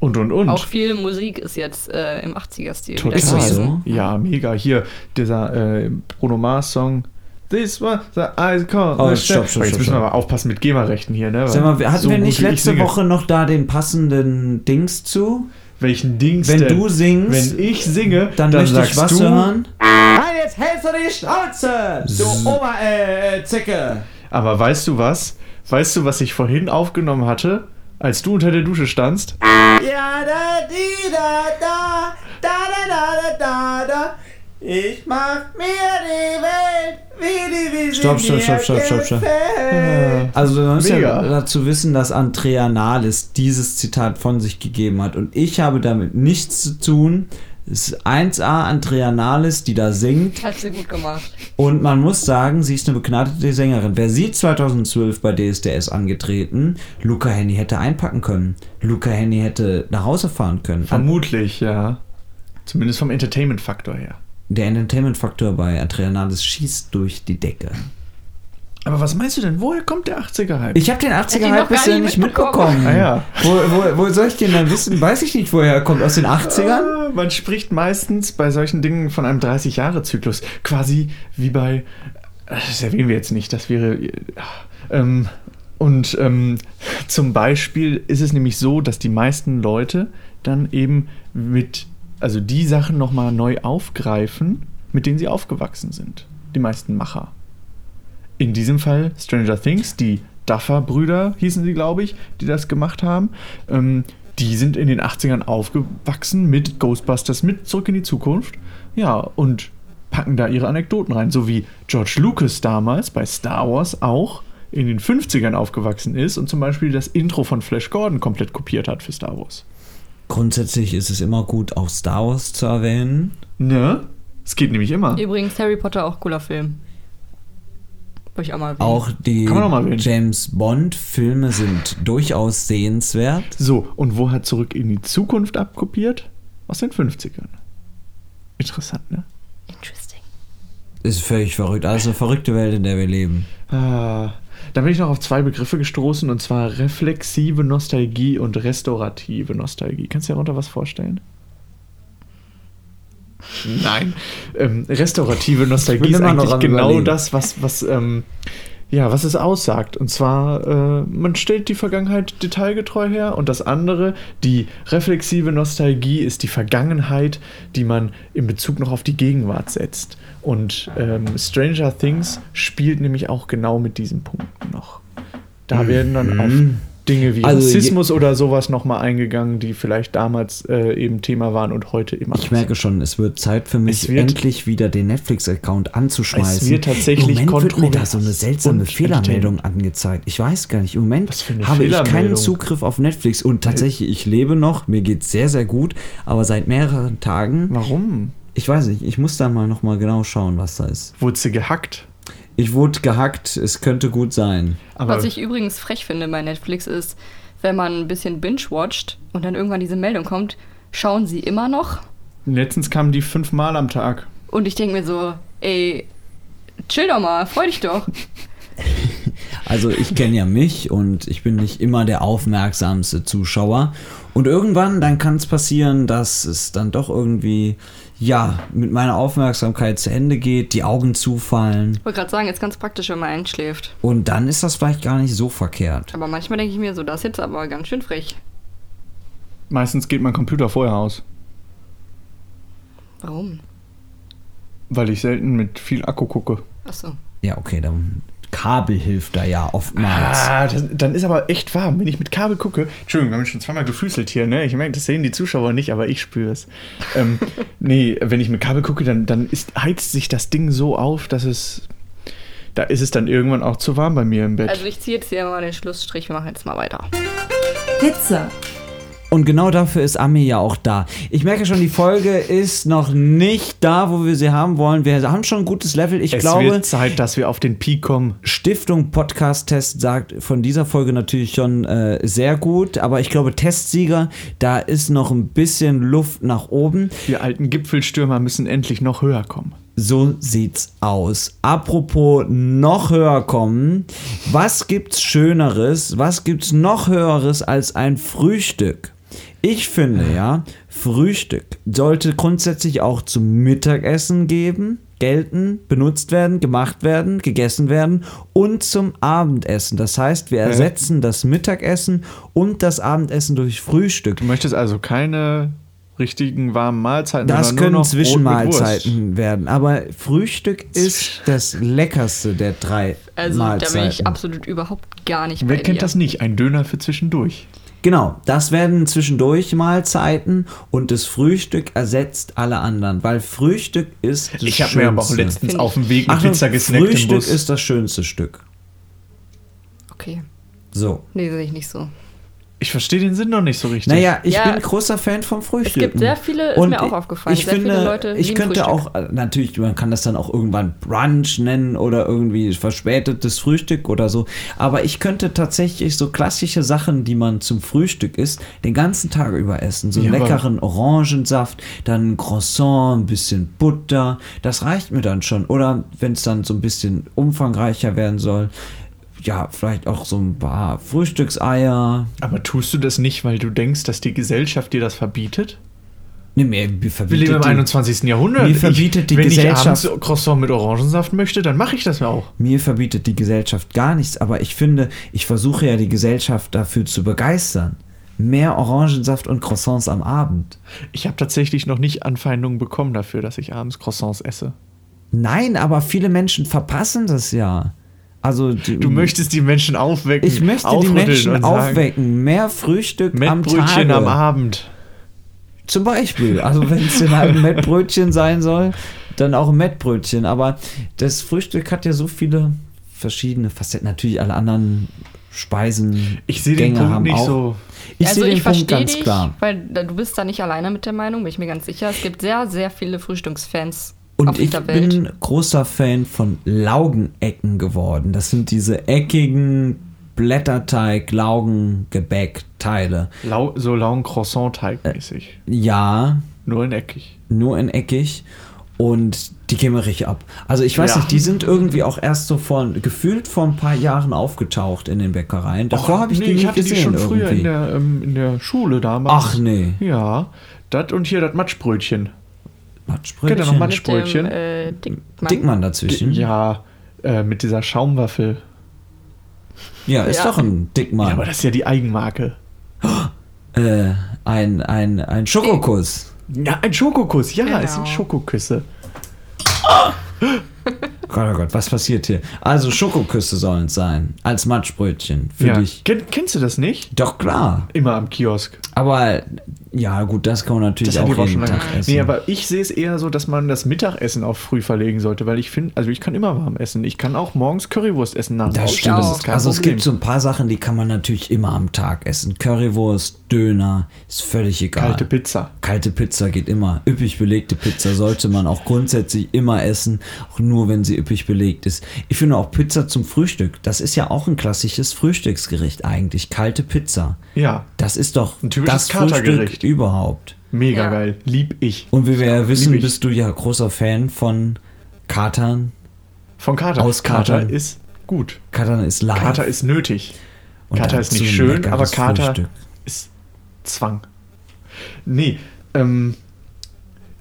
und und und. Auch viel Musik ist jetzt äh, im 80er-Stil. Total. Also, Ist wieder das gewesen. so? Ja, mega. Hier, dieser äh, Bruno Mars-Song. This was the ice cold. Oh, stopp, stopp, Aber Jetzt stopp, müssen wir stopp. aber aufpassen mit GEMA-Rechten hier, ne? Sag mal, wir- hatten So wir gut, nicht wie ich letzte singe. Woche noch da den passenden Dings zu? Welchen Dings Wenn denn? du singst, Wenn ich singe, dann, möchte ich sagst was du, hören. Nein, Ah, jetzt hältst du Ah. die Schnauze, du äh, Oberzicke. Aber weißt du was? Weißt du, was ich vorhin aufgenommen hatte, als du unter der Dusche standst? Ja, da, di, da, da, da, da, da, da, da, da. Ich mach mir die Welt, wie die wie Stopp, sie stopp, mir stopp, stopp, stopp, stopp. gefällt. Also man muss ja Äh, Mega. dazu wissen, dass Andrea Nahles dieses Zitat von sich gegeben hat und ich habe damit nichts zu tun. Es ist 1A Andrea Nahles, die da singt Hast du gut gemacht. und man muss sagen, sie ist eine begnadete Sängerin. Wer sie 2012 bei DSDS angetreten, Luca Henny hätte einpacken können. Luca Henny hätte nach Hause fahren können. Vermutlich, ja. Zumindest vom Entertainment-Faktor her. Der Entertainment-Faktor bei Andrea Nahles schießt durch die Decke. Aber was meinst du denn? Woher kommt der 80er-Hype? Ich habe den 80er ihn Hype noch gar bisher nicht nicht mitbekommen. mitbekommen. Ah ja. wo, wo, wo soll ich den dann wissen? Weiß ich nicht, woher er kommt. Aus den 80ern? Ah, Man spricht meistens bei solchen Dingen von einem 30-Jahre-Zyklus. Quasi wie bei. äh, Das erwähnen wir jetzt nicht, das wäre. äh, Ähm, und ähm, zum Beispiel ist es nämlich so, dass die meisten Leute dann eben mit. Also die Sachen nochmal neu aufgreifen, mit denen sie aufgewachsen sind. Die meisten Macher. In diesem Fall Stranger Things, die Duffer-Brüder hießen sie, glaube ich, die das gemacht haben. Ähm, die sind in den 80ern aufgewachsen mit Ghostbusters, mit Zurück in die Zukunft. Ja, und packen da ihre Anekdoten rein. So wie George Lucas damals bei Star Wars auch in den 50ern aufgewachsen ist und zum Beispiel das Intro von Flash Gordon komplett kopiert hat für Star Wars. Grundsätzlich ist es immer gut, auch Star Wars zu erwähnen. Ne? Es geht nämlich immer. Übrigens, Harry Potter auch cooler Film. Wollte ich auch mal erwähnen. Auch die Mhm. Kann man auch mal erwähnen. James Bond-Filme sind durchaus sehenswert. So, und wo hat Zurück in die Zukunft abkopiert? Aus den 50ern. Interessant, ne? Interesting. Ist völlig verrückt. Also verrückte Welt, in der wir leben. Ah, da bin ich noch auf zwei Begriffe gestoßen, und zwar reflexive Nostalgie und restaurative Nostalgie. Kannst du dir darunter was vorstellen? Nein. Ähm, restaurative Ich Nostalgie bin ist immer noch eigentlich am genau Überlegen. das, was, was, ähm, ja, was es aussagt. Und zwar, äh, man stellt die Vergangenheit detailgetreu her und das andere, die reflexive Nostalgie, ist die Vergangenheit, die man in Bezug noch auf die Gegenwart setzt. Und ähm, Stranger Things spielt nämlich auch genau mit diesen Punkten noch. Da werden dann auf Dinge wie Mhm. Also je- Rassismus oder sowas nochmal eingegangen, die vielleicht damals äh, eben Thema waren und heute immer noch Ich merke schon, es wird Zeit für mich, Es wird- endlich wieder den Netflix-Account anzuschmeißen. Es wird tatsächlich Im Moment wird mir da kontrovers so eine seltsame und Fehlermeldung angezeigt. Ich weiß gar nicht. Im Moment Was für eine habe ich keinen Fehlermeldung? Zugriff auf Netflix. Und tatsächlich, ich lebe noch. Mir geht's sehr, sehr gut. Aber seit mehreren Tagen, Warum? ich weiß nicht, ich muss da mal nochmal genau schauen, was da ist. Wurde sie gehackt? Ich wurde gehackt. Es könnte gut sein. Aber Was ich übrigens frech finde bei Netflix ist, wenn man ein bisschen binge-watcht und dann irgendwann diese Meldung kommt, schauen sie immer noch. letztens kamen die fünfmal am Tag. Und ich denke mir so, ey, chill doch mal, freu dich doch. Also ich kenne ja mich und ich bin nicht immer der aufmerksamste Zuschauer. Und irgendwann, dann kann es passieren, dass es dann doch irgendwie, ja, mit meiner Aufmerksamkeit zu Ende geht, die Augen zufallen. Ich wollte gerade sagen, ist ganz praktisch, wenn man einschläft. Und dann ist das vielleicht gar nicht so verkehrt. Aber manchmal denke ich mir so, das ist jetzt aber ganz schön frech. Meistens geht mein Computer vorher aus, Warum? weil ich selten mit viel Akku gucke. Achso. Ja, okay, dann Kabel hilft da ja oftmals. Ah, das, dann ist aber echt warm, wenn ich mit Kabel gucke. Entschuldigung, wir haben schon zweimal gefüßelt hier, ne? Ich merke, das sehen die Zuschauer nicht, aber ich spüre es. ähm, nee, wenn ich mit Kabel gucke, dann, dann ist, heizt sich das Ding so auf, dass es. Da ist es dann irgendwann auch zu warm bei mir im Bett. Also ich ziehe jetzt hier mal den Schlussstrich, wir machen jetzt mal weiter. Pizza. Und genau dafür ist Ami ja auch da. Ich merke schon, die Folge ist noch nicht da, wo wir sie haben wollen. Wir haben schon ein gutes Level. Ich es glaube, wird Zeit, dass wir auf den Peak kommen. Stiftung Podcast Test sagt von dieser Folge natürlich schon äh, sehr gut, aber ich glaube Testsieger, da ist noch ein bisschen Luft nach oben. Wir alten Gipfelstürmer müssen endlich noch höher kommen. So sieht's aus. Apropos noch höher kommen, was gibt's schöneres, was gibt's noch höheres als ein Frühstück? Ich finde ja, Frühstück sollte grundsätzlich auch zum Mittagessen geben, gelten, benutzt werden, gemacht werden, gegessen werden und zum Abendessen. Das heißt, wir ersetzen das Mittagessen und das Abendessen durch Frühstück. Du möchtest also keine richtigen warmen Mahlzeiten, Das sondern können nur noch Brot mit Zwischenmahlzeiten werden, aber Frühstück ist das leckerste der drei Also da bin Mahlzeiten. ich absolut überhaupt gar nicht Wurst. bei Wer kennt dir. das nicht? Ein Döner für zwischendurch. Genau, das werden zwischendurch Mahlzeiten und das Frühstück ersetzt alle anderen, weil Frühstück ist das Ich habe mir aber auch Schönste. letztens Find- auf dem Weg eine Achtung, Pizza gesnackt im Frühstück Bus. ist das schönste Stück. Okay, So. nee, sehe ich nicht so. ich verstehe den Sinn noch nicht so richtig. Naja, ich Ja, bin großer Fan vom Frühstück. gibt sehr viele- ist Und mir auch aufgefallen, Ich sehr finde, viele Leute ich lieben könnte Frühstück. auch, äh, natürlich, man kann das dann auch irgendwann Brunch nennen oder irgendwie verspätetes Frühstück oder so. Aber ich könnte tatsächlich so klassische Sachen, die man zum Frühstück isst, den ganzen Tag über essen. So einen Ja, aber- leckeren Orangensaft, dann ein Croissant, ein bisschen Butter. Das reicht mir dann schon. Oder wenn es dann so ein bisschen umfangreicher werden soll. Ja, vielleicht auch so ein paar Frühstückseier, aber tust du das nicht, weil du denkst, dass die Gesellschaft dir das verbietet? Nee, mir mir Wir verbietet leben im die- 21. Jahrhundert. Mir verbietet die ich, wenn Gesellschaft- ich abends Croissant mit Orangensaft möchte, dann mache ich das auch. Mir verbietet die Gesellschaft gar nichts, aber ich finde, ich versuche ja die Gesellschaft dafür zu begeistern. Mehr Orangensaft und Croissants am Abend. Ich habe tatsächlich noch nicht Anfeindungen bekommen dafür, dass ich abends Croissants esse. Nein, aber viele Menschen verpassen das ja. Also die- Du möchtest die Menschen aufwecken. ich möchte die aufrütteln Menschen und sagen, aufwecken, mehr Frühstück am Mettbrötchen Tage. am Abend. Zum Beispiel. Also wenn es denn halt ein Mettbrötchen sein soll, dann auch ein Mettbrötchen. Aber das Frühstück hat ja so viele verschiedene Facetten. Natürlich alle anderen Speisen. Ich sehe den Gänge Punkt haben nicht auch- so. Ich also sehe den ich Punkt verstehe ganz dich, klar. weil da- du bist da nicht alleine mit der Meinung, bin ich mir ganz sicher. Es gibt sehr, sehr viele Frühstücksfans auf Und ich dieser Welt. bin großer Fan von Laugenecken geworden. Das sind diese eckigen Blätterteig, Laugen, Gebäck, Teile. Lau so laun Croissant-Teig-mäßig. Äh. Ja, Nur in eckig. nur in eckig und die käme richtig ab. Also ich weiß Ja. nicht, die sind irgendwie auch erst so von gefühlt vor ein paar Jahren aufgetaucht in den Bäckereien. Davor habe ich die nicht hatte gesehen die schon früher irgendwie. in der, ähm, in der Schule damals. Ach nee, Ja, das und hier das Matschbrötchen. Matschbrötchen. Kennt ihr noch Matsch- mit dem Brötchen. äh, Dickmann. Dickmann dazwischen. Ja, Ja, äh, mit dieser Schaumwaffel. ist Ja. doch ein Ja, Dickmann. aber das ist ja die Eigenmarke. äh, ein, ein, ein Schokokuss. Ja, ein Schokokuss. Ja, es sind Genau. Schokoküsse. Gott, oh Gott, was passiert hier? Also Schokoküsse sollen es sein, als Matschbrötchen für Ja. dich. Ken kennst du das nicht? Doch klar, Immer am Kiosk. aber ja gut, das kann man natürlich haben die auch aber jeden lange- Tag essen. Nee, aber ich sehe es eher so, dass man das Mittagessen auf früh verlegen sollte, weil ich finde, also ich kann immer warm essen. Ich kann auch morgens Currywurst essen nach dem das Aufstehen, stimmt. auch. das ist kein also es Problem. gibt so ein paar Sachen, die kann man natürlich immer am Tag essen. Currywurst, Döner, ist völlig egal. kalte Pizza. Kalte Pizza geht immer. Üppig belegte Pizza sollte man auch grundsätzlich immer essen, auch nur wenn sie üppig belegt ist. Ich finde auch Pizza zum Frühstück, das ist ja auch ein klassisches Frühstücksgericht eigentlich. Kalte Pizza. Ja, Das ist doch Ein typisches das Frühstück Katergericht. überhaupt. mega Ja. geil. Lieb ich. Und wie wir ja wissen, lieb ich. bist du ja großer Fan von Katern. Von Kater. Aus Kater. Kater. ist gut. Katern ist live. Kater ist nötig. Und Kater ist dazu nicht ein schön, leckeres aber Kater Frühstück. ist Zwang. Nee, ähm,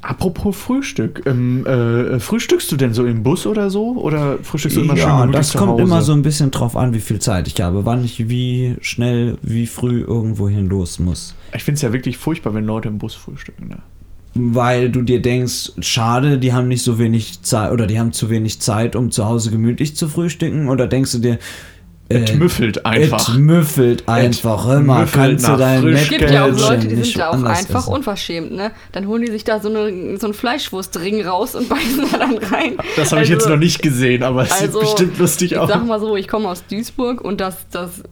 apropos Frühstück. Ähm, äh, frühstückst du denn so im Bus oder so? Oder frühstückst du immer schön Ja, gemütlich das zu kommt Hause? immer so ein bisschen drauf an, wie viel Zeit ich habe, wann ich wie schnell, wie früh irgendwohin los muss. Ich finde es ja wirklich furchtbar, wenn Leute im Bus frühstücken. Ne? Weil du dir denkst, schade, die haben nicht so wenig Zeit oder die haben zu wenig Zeit, um zu Hause gemütlich zu frühstücken. Oder denkst du dir, äh, Müffelt einfach. Es müffelt einfach immer. müffelt Kannst du nach dein Frisch- Es gibt ja auch Mettbrötchen Leute, die sind nicht ja auch anders einfach essen? unverschämt, ne? Dann holen die sich da so, eine, so einen Fleischwurstring raus und beißen da dann rein. Das habe ich jetzt Also- noch nicht gesehen, aber es sieht bestimmt lustig ich aus. Sag mal so, ich komme aus Duisburg und das, das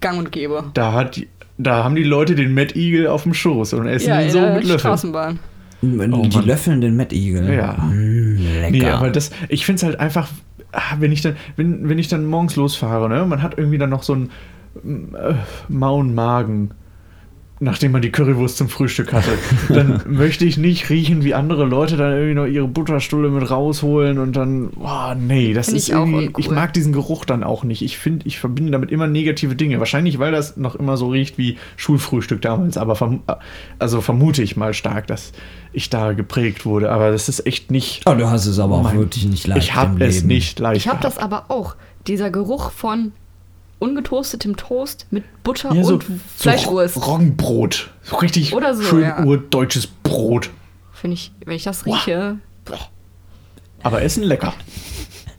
gang und gäbe. Da, hat, die- da haben die Leute den Mad Eagle auf dem Schoß und essen ihn in so der mit Löffeln. Straßenbahn. Oh die Mann. löffeln den Mettigel. Ja. Mm, lecker. Nee, aber das, ich finde es halt einfach, ah, wenn ich dann, wenn, wenn ich dann morgens losfahre, ne, man hat irgendwie dann noch so einen mm, äh, mauen Magen, nachdem man die Currywurst zum Frühstück hatte. dann möchte ich nicht riechen, wie andere Leute dann irgendwie noch ihre Butterstulle mit rausholen und dann, boah, nee, das Find ist ich auch irgendwie, uncool. ich mag diesen Geruch dann auch nicht. Ich finde, ich verbinde damit immer negative Dinge. Wahrscheinlich, weil das noch immer so riecht wie Schulfrühstück damals, aber verm also vermute ich mal stark, dass ich da geprägt wurde, aber das ist echt nicht oh, du hast es aber auch mein- wirklich nicht leicht. ich habe im es Leben. nicht leicht. Ich habe das gehabt. aber auch. Dieser Geruch von ungetoastetem Toast mit Butter Ja, so- und so Fleischwurst. Ro- Roggenbrot. So richtig Oder so, schön ja. urdeutsches Brot. Finde ich, wenn ich das rieche. Aber Essen lecker.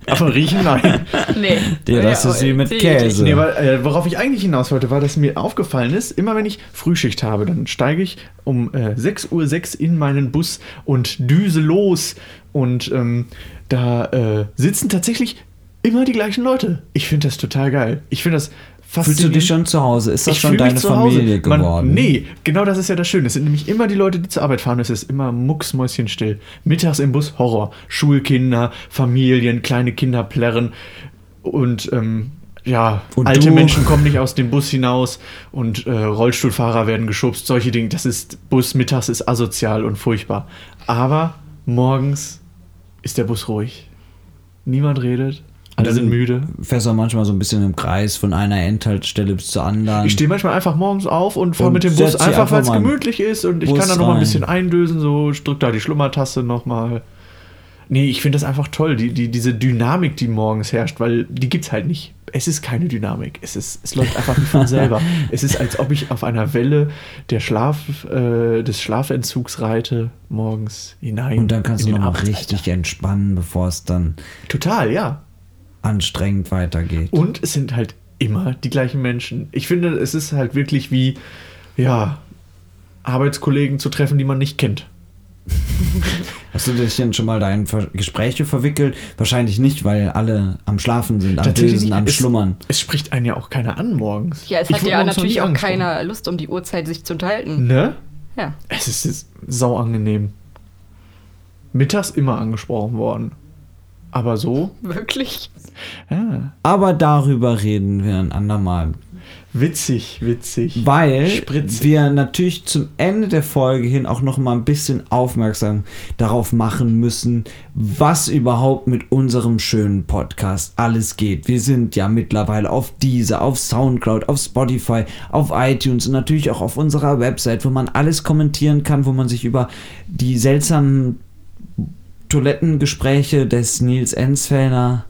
Aber riechen, nein. Nee. Den lässt du sie mit oh, die- Käse. Nee, aber, äh, worauf ich eigentlich hinaus wollte, war, dass mir aufgefallen ist, immer wenn ich Frühschicht habe, dann steige ich um äh, 6.06 Uhr in meinen Bus und düse los. Und ähm, da äh, sitzen tatsächlich immer die gleichen Leute. Ich finde das total geil. Ich finde das fast. Fühlst du dich schon zu Hause? Ist das schon deine Familie Man, geworden? Nee, genau das ist ja das Schöne. Es sind nämlich immer die Leute, die zur Arbeit fahren. Es ist immer mucksmäuschenstill. Mittags im Bus Horror. Schulkinder, Familien, kleine Kinder plärren. Und ähm, ja, Und alte du? Menschen kommen nicht aus dem Bus hinaus und äh, Rollstuhlfahrer werden geschubst. Solche Dinge. Das ist Bus mittags ist asozial und furchtbar. Aber morgens ist der Bus ruhig. Niemand redet. Alle Dann- sind müde. Fährst auch manchmal so ein bisschen im Kreis von einer Endhaltestelle bis zur anderen. Ich stehe manchmal einfach morgens auf und fahre Und mit dem setz Bus dich einfach, einfach weil es mal in den gemütlich ist und ich Bus kann da nochmal ein rein. bisschen eindösen, so ich drück da die Schlummertaste nochmal. Nee, ich finde das einfach toll, die, die, diese Dynamik, die morgens herrscht, weil die gibt's halt nicht. Es ist keine Dynamik, es, ist, es läuft einfach wie von selber. Es ist, als ob ich auf einer Welle der Schlaf, äh, des Schlafentzugs reite, morgens hinein. und dann kannst in du den nochmal Abend. Also richtig entspannen, bevor es dann Total, ja. anstrengend weitergeht. Und es sind halt immer die gleichen Menschen. Ich finde, es ist halt wirklich wie, ja, Arbeitskollegen zu treffen, die man nicht kennt. Hast du dich denn schon mal da in Ver Gespräche verwickelt? Wahrscheinlich nicht, weil alle am Schlafen sind, am Dösen, am es, Schlummern. Es spricht einen ja auch keiner an morgens. Ja, es Ich hat wurde ja morgens noch natürlich nie auch angesprochen. keiner Lust, um die Uhrzeit sich zu unterhalten. Ne? Ja. Es ist, ist sau angenehm. Mittags immer angesprochen worden. Aber so, Wirklich? ja. Aber darüber reden wir ein andermal. Witzig, witzig. Weil Spritzig. wir natürlich zum Ende der Folge hin auch noch mal ein bisschen aufmerksam darauf machen müssen, was überhaupt mit unserem schönen Podcast alles geht. Wir sind ja mittlerweile auf Deezer, auf Soundcloud, auf Spotify, auf iTunes und natürlich auch auf unserer Website, wo man alles kommentieren kann, wo man sich über die seltsamen Toilettengespräche des Nils Enzfellner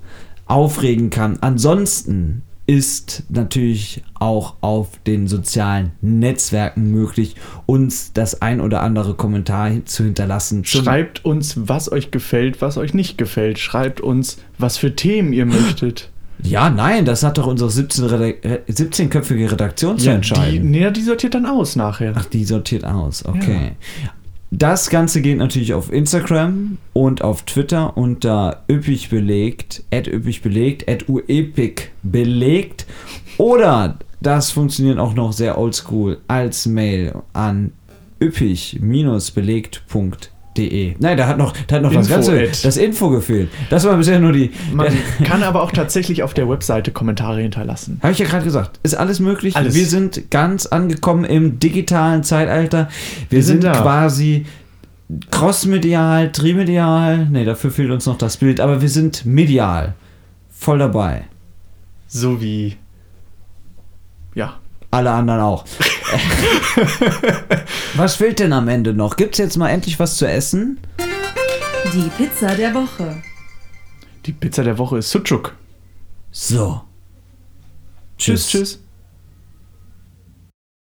aufregen kann. Ansonsten ist natürlich auch auf den sozialen Netzwerken möglich, uns das ein oder andere Kommentar hin- zu hinterlassen. Zum- Schreibt uns, was euch gefällt, was euch nicht gefällt. Schreibt uns, was für Themen ihr möchtet. Ja, nein, das hat doch unsere 17 Redak- äh, 17-köpfige Redaktion zu die, entscheiden. nee, die sortiert dann aus nachher. Ach, die sortiert aus, okay. Das Ganze geht natürlich auf Instagram und auf Twitter unter üppig belegt, at üppig belegt, at uepic belegt. Oder das funktioniert auch noch sehr oldschool als Mail an üppig-belegt.de. Nein, da hat noch, da hat noch das Info Ganze, at. das Info gefehlt. Das war bisher nur die. Man kann aber auch tatsächlich auf der Webseite Kommentare hinterlassen. Habe ich ja gerade gesagt. Ist alles möglich. Alles. Wir sind ganz angekommen im digitalen Zeitalter. Wir, Wir sind, sind da. quasi crossmedial, trimedial. Nee, dafür fehlt uns noch das Bild. Aber wir sind medial. Voll dabei. So wie. Ja. Alle anderen auch. was fehlt denn am Ende noch? Gibt's jetzt mal endlich was zu essen? Die Pizza der Woche. Die Pizza der Woche ist Sucuk. So. tschüss. tschüss.